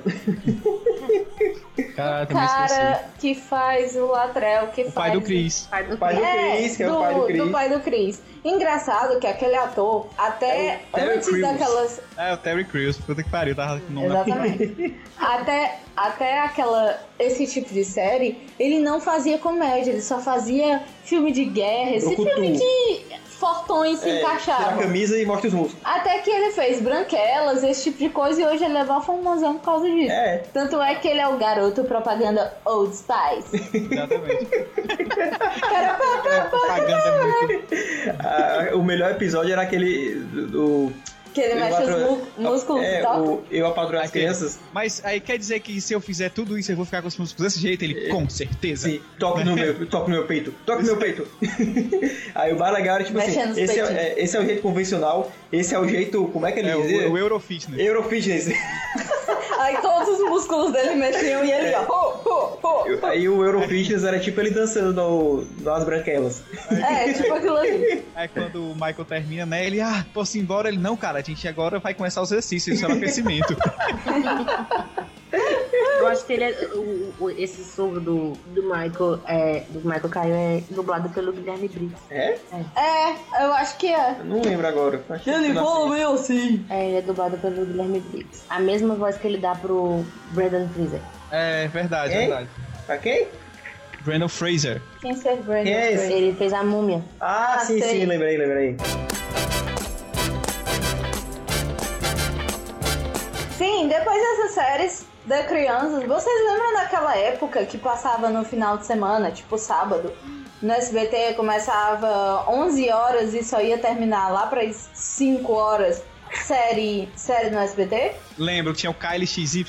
Cara, O também esqueci. cara que faz o Latrell, que O faz pai do Cris. Pai do Pai do Chris, que é o pai do Chris. pai do Chris. Engraçado que aquele ator, até É o Terry antes Crews. daquelas. É, o Terry Crews, puta que pariu, tava com o nome na Exatamente. até, até aquela. Esse tipo de série, ele não fazia comédia, ele só fazia filme de guerra, esse Brucutu. filme que fortões se É, tira a encaixavam. camisa e mostra os músculos. Até que ele fez branquelas, esse tipo de coisa, e hoje ele é mó famosão por causa disso. É, Tanto é que ele é o garoto propaganda Old Spice. Exatamente. É, Cara, Propaganda é muito. Ah, o melhor episódio era aquele do, do- Que ele Eu mexe os acho- mu- músculos É, e tal. o, eu apadroei as Aquele- crianças. Mas aí quer dizer que se eu fizer tudo isso, eu vou ficar com os músculos desse jeito? É. Ele, com certeza. Assim, toque no meu, toque no meu peito, toque no meu peito. Aí o mais legal era tipo Mexendo os assim, esse é, peitinhos. é- esse é o jeito convencional, esse é o jeito, como é que ele É o, dizia? o É. Eurofitness. Eurofitness. Aí todos os músculos dele mexiam e ele, ó, pô, pô, pô. Aí o Eurofitness era tipo ele dançando no, nas branquelas. É, tipo aquilo ali. Aí quando o Michael termina, né? Ele, ah, posso ir embora? Ele, não, cara, a gente agora vai começar os exercícios, isso é um aquecimento. Eu acho que ele é, o- o- esse sogro do, do Michael, é, do Michael Caio é dublado pelo Guilherme Briggs. É? É, eu acho que é. Eu Não lembro agora. Acho que eu nasci. meio assim. É, ele é dublado pelo Guilherme Briggs. A mesma voz que ele dá pro Brandon Fraser. É verdade, Hein? verdade. Pra quem? Brandon Fraser. Quem ser Brandon? Quem é esse? Ele fez a múmia. Ah, Ah, sim, sei. sim, lembrei, lembrei. Sim, depois dessas séries da crianças, vocês lembram daquela época que passava no final de semana, tipo sábado? No SBT começava 11 horas e só ia terminar lá para 5 horas. Série, série no SBT? Lembra que tinha o Kyle XY?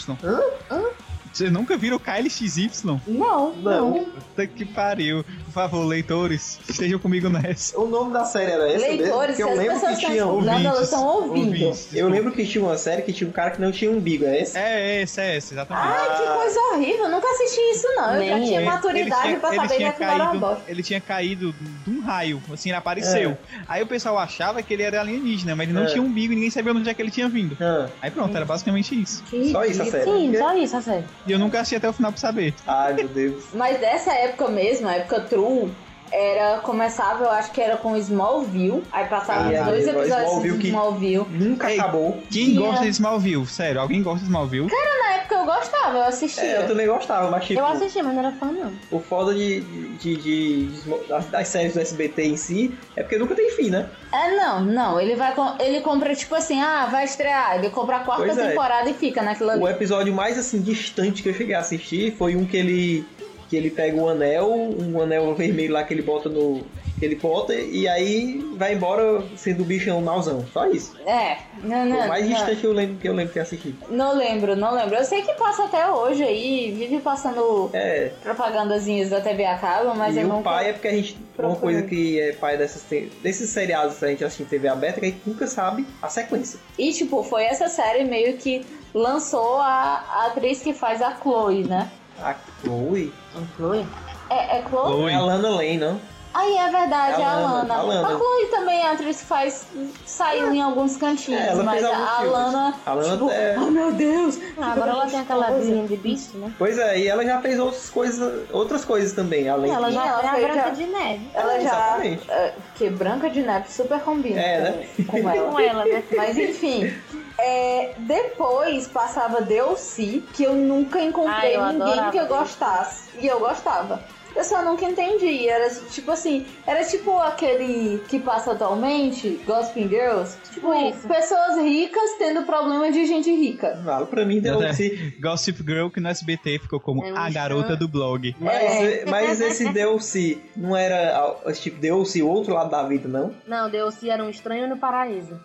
Vocês nunca viram o Kyle XY? Não. Não. Puta que pariu. Por favor, leitores, estejam comigo nessa. O nome da série era essa Leitores, se mesmo? as pessoas Porque eu lembro que estão tinha um... escutando, elas ouvintes, estão ouvindo. ouvintes. Eu lembro que tinha uma série que tinha um cara que não tinha umbigo, é esse? É esse, é esse, exatamente. Ai, Ah. que coisa horrível. Eu nunca assisti isso, não. Eu Nem já tinha eu. maturidade pra saber é que aquilo era uma caído, bosta. ele tinha caído de um raio, assim, ele apareceu. É. Aí o pessoal achava que ele era alienígena, mas ele não É. tinha umbigo e ninguém sabia onde é que ele tinha vindo. Ah, Aí pronto, era basicamente isso. só isso a série. Sim, só isso, a série. E eu nunca assisti até o final pra saber. Ai, meu Deus. Mas dessa época mesmo, a época True, era, começava, eu acho que era com Smallville. Aí passava Ah, os dois é, episódios Smallville de que- Smallville. Nunca Ei, acabou. Quem Tinha. gosta de Smallville? Sério, alguém gosta de Smallville? Na época É eu gostava, eu É, eu assistia. também gostava, mas tipo, Eu assisti, mas não era fã, não. o foda de, de, de- de- das, das séries do SBT em si é porque nunca tem fim, né? É, não, não. Ele vai com- ele compra tipo assim, ah, vai estrear. Ele compra a quarta Pois é. temporada e fica naquilo ali. O episódio mais assim distante que eu cheguei a assistir foi um que ele que ele pega o anel, um anel vermelho lá que ele bota no que ele bota e aí vai embora sendo o bichão mauzão. Só isso. É, não, Foi não. o mais não. distante que eu lembro que eu lembro que assisti. Não lembro, não lembro. Eu sei que passa até hoje aí, vive passando É, propagandazinhas da TV a cabo, mas e eu o não. pai é porque a gente. Uma procurei. coisa que é pai dessas, te- desses seriados que a gente assiste em TV aberta é que a gente nunca sabe a sequência. E tipo, foi essa série meio que lançou a, a atriz que faz a Chloe, né? A Chloe. Chloe? É, é Chloe? É a Lana Lane, não? Aí é verdade, É é a a Lana, Lana. a Lana. A Chloe também é a atriz que faz. saiu em alguns cantinhos, É, ela mas fez alguns a, a filmes. Lana. A Lana tipo, é- Oh meu Deus! Tipo, Ah, agora ela tem aquela vizinha de bicho, né? Pois é, e ela já fez outras coisas, outras coisas também, além Ela de... já ela foi É a foi tá. Branca já- de Neve. Ela já. Exatamente. é, que Branca de Neve super combina É, com- com ela. Com ela, né? Mas enfim, é, depois passava Delcy, que eu nunca encontrei Ai, Ah, eu ninguém adorava que eu Delcy. gostasse. E eu gostava. Eu só nunca entendi. Era tipo assim, era tipo aquele que passa atualmente, Gossip Girls. Tipo, isso. pessoas ricas tendo problema de gente rica. Fala pra mim, então, DLC. Gossip Girl, que no SBT ficou como É um a chan- garota do blog. Mas, mas esse DLC não era, ah, tipo, DLC o outro lado da vida, não? Não, Deus era um estranho no paraíso.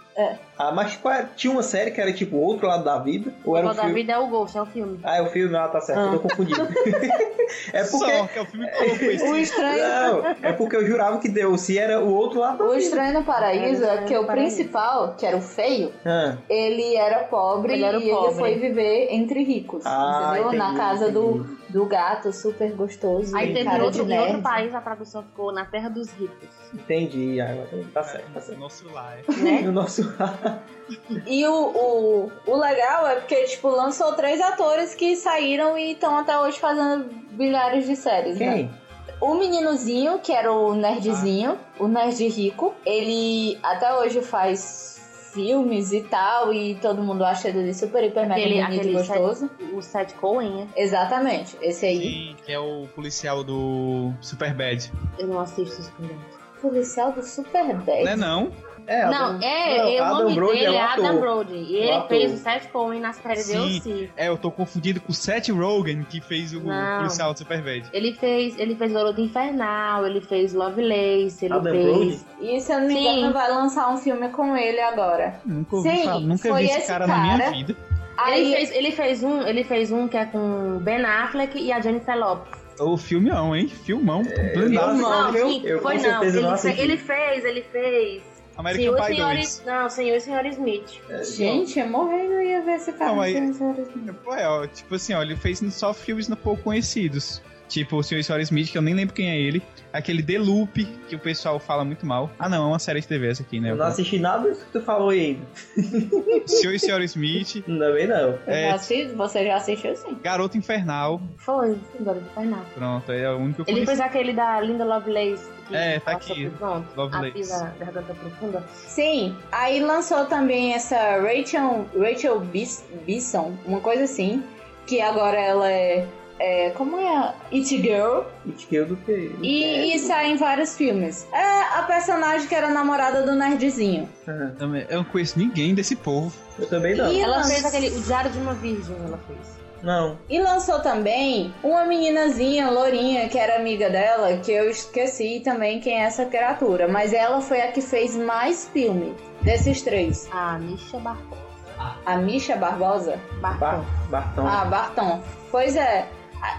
Ah, mas qual era? tinha uma série que era, tipo, o outro lado da vida? Ou O era um Lado da filme? vida é o Ghost, é o filme. Ah, é o filme, ah, tá certo, eu tô confundindo. é Só porque... que é o filme pouco esse. O estranho, Não, é porque eu jurava que DLC era o outro lado da o vida. estranho no paraíso Era o é que Estranho o no Paraíso. principal, que era o feio, Ah, ele era pobre Ele era e pobre. ele foi viver entre ricos, Ah, entendeu? Na entendi, casa do, entendi. do gato super gostoso. Aí teve cara outro, de em outro nerd. país, a tradução ficou Na Terra dos Ricos. entendi, ah, agora tá certo, tá certo. Nosso lar. Né? E o nosso... E o, o, o legal é porque, tipo, lançou três atores que saíram e estão até hoje fazendo bilhares de séries, né? Quem? O meninozinho, que era o nerdzinho, o nerd rico, ele até hoje faz filmes e tal, e todo mundo acha ele super, hiper, mega Aquele- bonito e aquele gostoso. O Seth Cohen, né? Exatamente, esse aí. Sim, que é o policial do Superbad. Eu não assisto isso também. Policial do Superbad. Não é não? É, Não, Adam- é, não, é, o Adam nome Brody dele um é ator. É Adam Brody. E ele ator. fez o Seth Cohen na série Sim. DLC. É, eu tô confundido com o Seth Rogen, que fez o Não. policial do Superbad. Ele fez, ele fez Garoto Infernal, ele fez Lovelace, ele Adam fez... Brody? E se eu não me engano, Sim. vai lançar um filme com ele agora. Nunca ouvi Ah, Sim, falar, nunca foi vi esse esse cara, na cara. minha vida. Ele, Aí, fez, ele fez um, ele fez um que é com Ben Affleck e a Jennifer Lopes. O filmão, hein? Filmão. Eu completo. não, Não, assisti, sim, eu foi com não. certeza Ele, não fe- assisti. ele fez, ele fez. American Senhor e Pie senhora, 2. não, senhor e senhora Smith. gente, eu morri não ia ver esse cara. Não, mas- sem senhoras. Pô, é, ó, tipo assim, ó, ele fez só filmes não pouco conhecidos. Tipo, o Sr. e Sr. Smith, que eu nem lembro quem é ele. Aquele The Loop, que o pessoal fala muito mal. Ah, não, é uma série de TV essa aqui, né? Eu não assisti nada disso que tu falou aí. O Sr. e Sr. Smith, Também não. Eu É. já assisti, você já assistiu sim. Garoto Infernal. Foi, Garoto Infernal. Pronto, é o único que eu Ele fez conheço. aquele da Linda Lovelace. que É, tá fala aqui, sobre- Pronto, Lovelace. A pila garganta profunda. Sim, aí lançou também essa Rachel, Rachel Bis- Bison, uma coisa assim, que agora ela é, é, como é, a It Girl, It Girl do que? e, e sai em vários filmes. É a personagem que era namorada do nerdzinho. Aham. Também- Eu não conheço ninguém desse povo. Eu também não. E Ela lançou- fez aquele O Diário de uma Virgem, ela fez. Não. E lançou também uma meninazinha lourinha que era amiga dela, que eu esqueci também quem é essa criatura, mas ela foi a que fez mais filme desses três. A Misha Bar A Misha Barbosa, Bar Barton. Bartão. Ah, Barton. Pois é.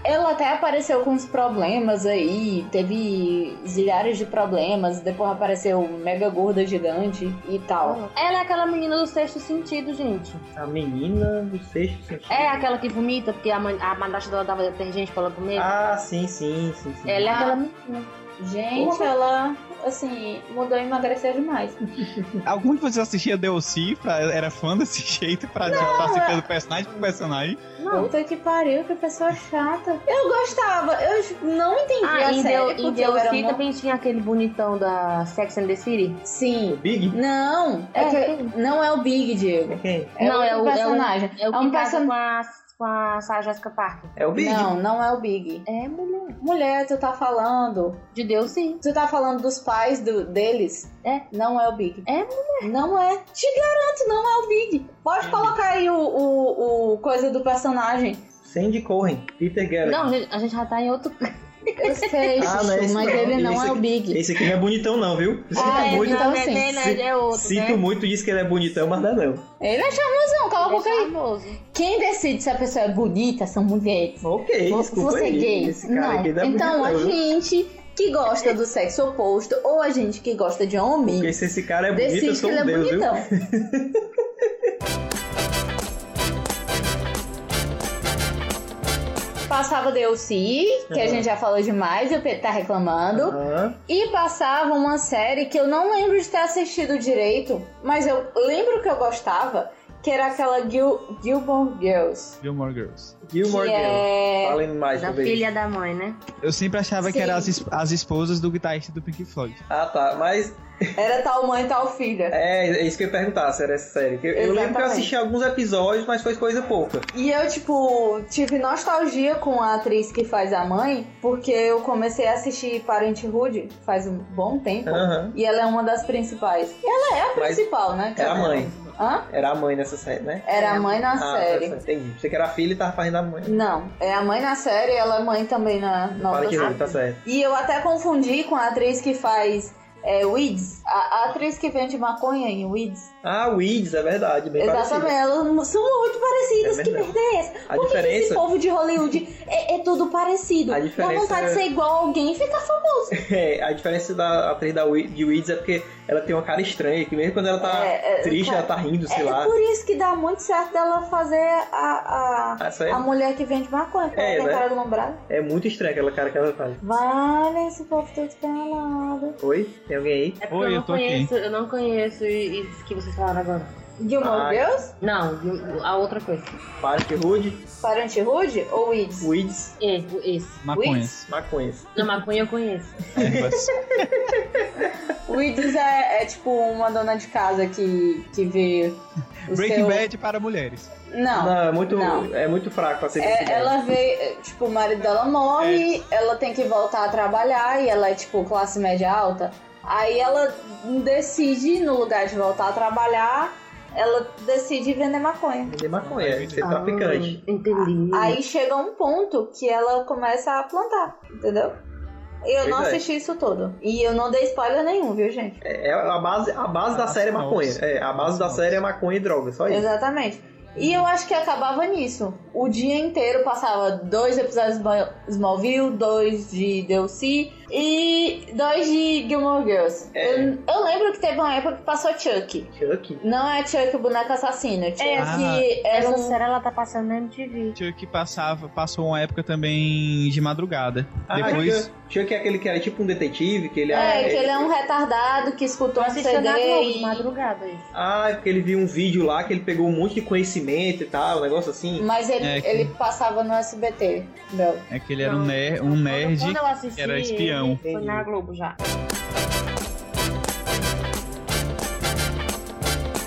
Ela até apareceu com uns problemas aí, teve zilhares de problemas, depois apareceu mega gorda gigante e tal. Ela é aquela menina do sexto sentido, gente. A menina do sexto sentido. É aquela que vomita porque a, man- a madrasta dela dava detergente pra ela É. comer. Ah, sim, sim, sim, sim. Ela é Ah. aquela menina. Gente, ela, assim, mudou e emagreceu demais. Algum de vocês assistia DLC, pra, era fã desse jeito, pra é. passar do personagem pro personagem. Não. Puta que pariu, que pessoa chata. Eu gostava, eu não entendi Ah, a em série, Deu- em porque eu era Deus uma- também tinha aquele bonitão da Sex and the City. O Sim. Big? Não, é É, que- não é o Big, Diego. É quem? É Não, outro é o- é o- personagem. É o que um casa person- com a, com a Sarah Jessica Parker. É o Big? Não, não é o Big. É, mulher. Mulher, tu tá falando. De Deus, sim. Tu tá falando dos pais do, deles? É. Não é o Big. É, mulher. Não é. Te garanto, não é o Big. Pode colocar aí o, o, o coisa do personagem. Sandy Cohen. Peter Garrett. Não, gente, a gente já tá em outro. Eu sei, Ah, não é Chuchu, esse mas não. ele não Esse é o aqui- Big. Esse aqui não é bonitão, não, viu? Sinto Ah, é, muito. não. é, sim. dele, né? é outro, Sinto né? muito diz que ele é bonitão, mas não é não. Ele é charmosão, coloca Ele é aí. famoso. Quem decide se a pessoa é bonita são mulheres. Ok, Vo- desculpa Você é aí. gay. Esse cara não. aqui não é então a bonitão, viu? gente que gosta do sexo oposto ou a gente que gosta de homem Porque se esse cara é bonito, eu decide que sou ele um é deus, viu? bonitão. Passava DLC, que a Aham. gente já falou demais, e o Pedro tá reclamando. Aham. E passava uma série que eu não lembro de ter assistido direito, mas eu lembro que eu gostava, que era aquela Gil Gilmore Girls. Gilmore Girls. Gilmore que Girls. é... Falem mais Da sobre isso. filha da mãe, né? Eu sempre achava que Sim. eram as, es- as esposas do guitarrista do Pink Floyd. Ah, tá. Mas Era tal mãe, tal filha. é, é isso que eu ia perguntar, se era essa série. Eu, eu lembro que eu Exatamente. assisti alguns episódios, mas foi coisa pouca. E eu, tipo, tive nostalgia com a atriz que faz a mãe, porque eu comecei a assistir Parenthood faz um bom tempo. Aham. E ela é uma das principais. Ela é a Mas principal, né? Era a mãe. Hã? Era a mãe nessa série, né? Era a mãe na Ah, série. tá, entendi. Você que era a filha e tava fazendo a mãe. Não, é a mãe na série ela é mãe também na, na Fala outra que série. não, tá certo. E eu até confundi com a atriz que faz é, Weeds, a, a atriz que vende maconha em Weeds. Ah, Weeds, é verdade. Bem Exatamente, elas são muito parecidas, É que verdade. merda é essa? parecido. A Por que que esse diferença. povo de Hollywood é, é tudo parecido? A Dá diferença vontade é- de ser igual a alguém e ficar famoso. É, a diferença da atriz da We- de Weeds é porque ela tem uma cara estranha, que mesmo quando ela tá É, é, triste, cara, ela tá rindo, sei É lá. por isso que dá muito certo dela fazer a, a, Ah, isso aí a mulher que vende maconha, porque É, ela tem né? cara de lombrada. é muito estranha aquela cara que ela faz. Vale, esse povo todo pelado. Oi? Tem alguém aí? É porque Oi, eu eu não tô aqui. conheço, eu não conheço e- e que vocês falaram agora. Gilmore Ah. Girls? Não, viu? a outra coisa. Parenthood, Parenthood ou Weeds? Weeds, Esse, esse. Maconhas. maconhas. Na maconha eu conheço. Ervas. Weeds é, é tipo uma dona de casa que, que vê. o Breaking seu- Bad para mulheres. Não. é muito, não. É muito fraco pra ser É, Breaking Bad. ela vê, é, tipo, o marido dela morre, ela tem que voltar a trabalhar e ela é, tipo, classe é, média alta. Aí ela decide, no lugar de voltar a trabalhar, ela decide vender maconha. Vender é maconha, tá ser Ah, Tá traficante. entendi. Aí chega um ponto que ela começa a plantar, entendeu? Eu não Pois é. assisti isso todo. E eu não dei spoiler nenhum, viu, gente? É, é a base, a base da As série é maconha. drogas. É, a base da As série é maconha e droga, só isso. Exatamente. E eu acho que acabava nisso. O dia inteiro passava dois episódios de Small- Smallville, dois de DLC e dois de Gilmore Girls. É. Eu, eu lembro que teve uma época que passou Chuck. Chuck. Não é Chuck o boneco assassino. Chuck Ah. era Essa um... série ela tá passando na MTV. Chuck passava, passou uma época também de madrugada. Ah, Depois. Chuck- Chuck é aquele que era tipo um detetive, que ele É, que ele é um retardado que escutou um CD Assistia na Globo, de e... madrugada isso. Ah, porque ele viu um vídeo lá que ele pegou um monte de conhecimento e tal, um negócio assim. Mas ele, É que- ele passava no SBT. Não. É que ele era um, ner um nerd. Quando eu assisti, era espião. Foi na Globo já.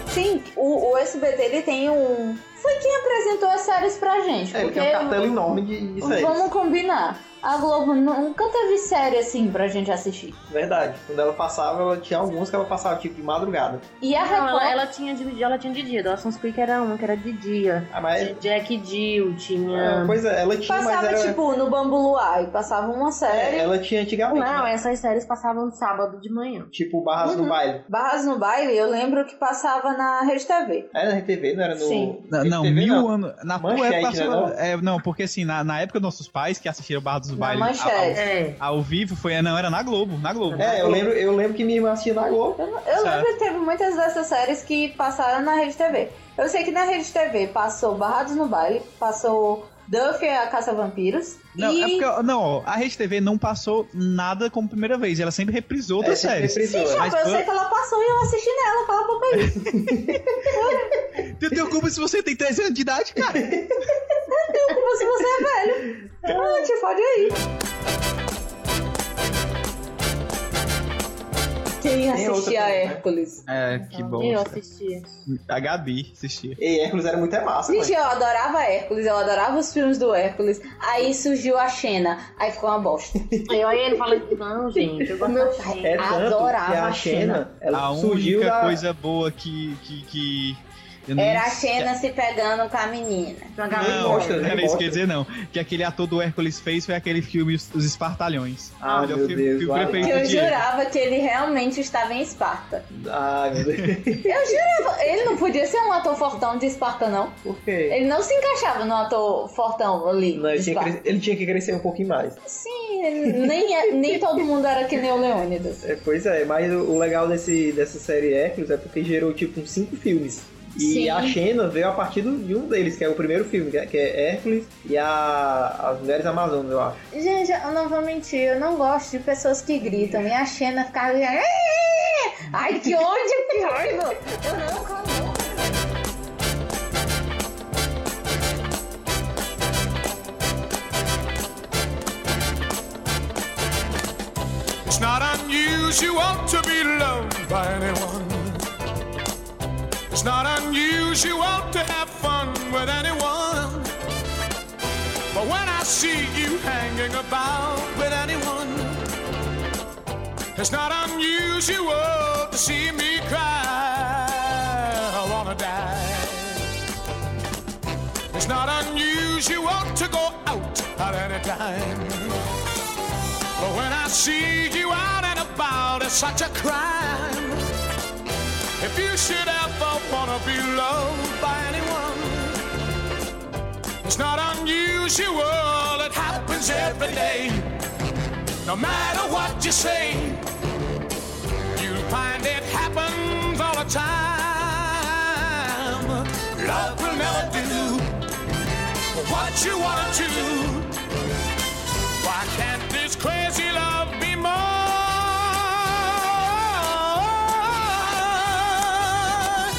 Sim, o, o SBT ele tem um. Foi quem apresentou as séries pra gente. É, ele porque tem um cartão um enorme de, de séries. vamos combinar. A Globo nunca teve série assim pra gente assistir. Verdade. Quando ela passava, ela tinha alguns que ela passava tipo de madrugada. E a Não, Record. ela, ela tinha de ela tinha de dia. Dawson's Creek era uma que era de dia. Ah, mas. É. Tinha Jack Jill, ah, tinha. Pois é, ela tinha, Tipo, mas Passava, era. tipo, no Bambu Luar e passava uma série. é, ela tinha antigamente. Não, né? essas séries passavam sábado de é- manhã. Tipo Barras Uhum. do Baile. Barras no baile, eu lembro que passava na Rede TV. Era na RTV, não era no. Sim. Na- Não, RTV mil não. anos. Na tua Manchete, época passou. né, é, não, porque assim, na, na época dos nossos pais que assistiram Barra dos Na Bailes ao, Manchete. É. ao vivo, foi. Não, era na Globo. Na Globo. É, eu lembro, eu lembro que minha irmã assistia na Globo. Eu, eu Certo. lembro que teve muitas dessas séries que passaram na Rede TV. Eu sei que na Rede TV passou Barrados no Baile, passou Duffy e a Caça a Vampiros. Não, e... é porque. ó, Não, ó, a Rede TV não passou nada como primeira vez. Ela sempre reprisou É, outras sempre séries. reprisou, Sim, né? Mas chapa, eu foi- sei que ela passou e eu assisti nela, cala a boca aí. Eu tenho culpa se você tem 13 anos de idade, cara. Como se você é velho. Ah, te fode aí. Quem assistia a também, né? Hércules? É, que bom. Eu assistia. A Gabi assistia. E Hércules era muito é massa, Gente, mano. eu adorava Hércules, eu adorava os filmes do Hércules. Aí surgiu a Xena, aí ficou uma bosta. Aí eu- aí ele fala, não, gente, eu gosto Meu da Xena. É tanto que adorava a a Xena. Xena, ela a surgiu única da... coisa boa que. que, que eu nem Era a sei- Xena se pegando com a menina. Uma Ele Não, mostra, não né? era Ele isso mostra. que eu ia dizer, não. Que aquele ator do Hércules fez foi aquele filme Os Os Espartalhões. Ah, Ele é o meu filme, Deus, filme lá- preferido Que eu do Diego. jurava que ele realmente estava em Esparta. Ah, meu Deus. Eu jurava, ele não podia ser um ator fortão de Esparta, não. Por quê? Ele não se encaixava no ator fortão ali. Não, ele, de tinha que, Esparta. cres- ele tinha que crescer um pouquinho mais. Sim, ele- nem, é- nem todo mundo era que nem o Leônidas. É, pois é, mas o, o legal desse, dessa série Hércules é porque gerou, tipo, uns cinco filmes. E Sim. a Xena veio a partir do- de um deles, que é o primeiro filme, que é, que é Hércules e a, as Mulheres Amazonas, eu acho. Gente, eu não vou mentir, eu não gosto de pessoas que gritam. E a Xena ficava. "Ê! Ai, que ódio, que raiva! Eu não calmo. It's not unusual to be loved by anyone. It's not unusual to have fun with anyone. But when I see you hanging about with anyone, it's not unusual to see me cry. I wanna die. It's not unusual to go out at any time. But when I see you out and about, it's such a crime. If you should ever wanna be loved by anyone, it's not unusual, it happens every day. No matter what you say, you'll find it happens all the time. Love will never do what you wanna do. Why can't this crazy love be mine?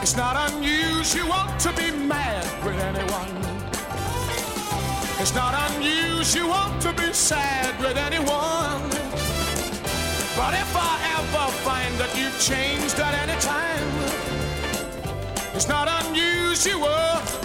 It's not unusual to be mad with anyone. It's not unusual to be sad with anyone. But if I ever find that you've changed at any time, It's not unusual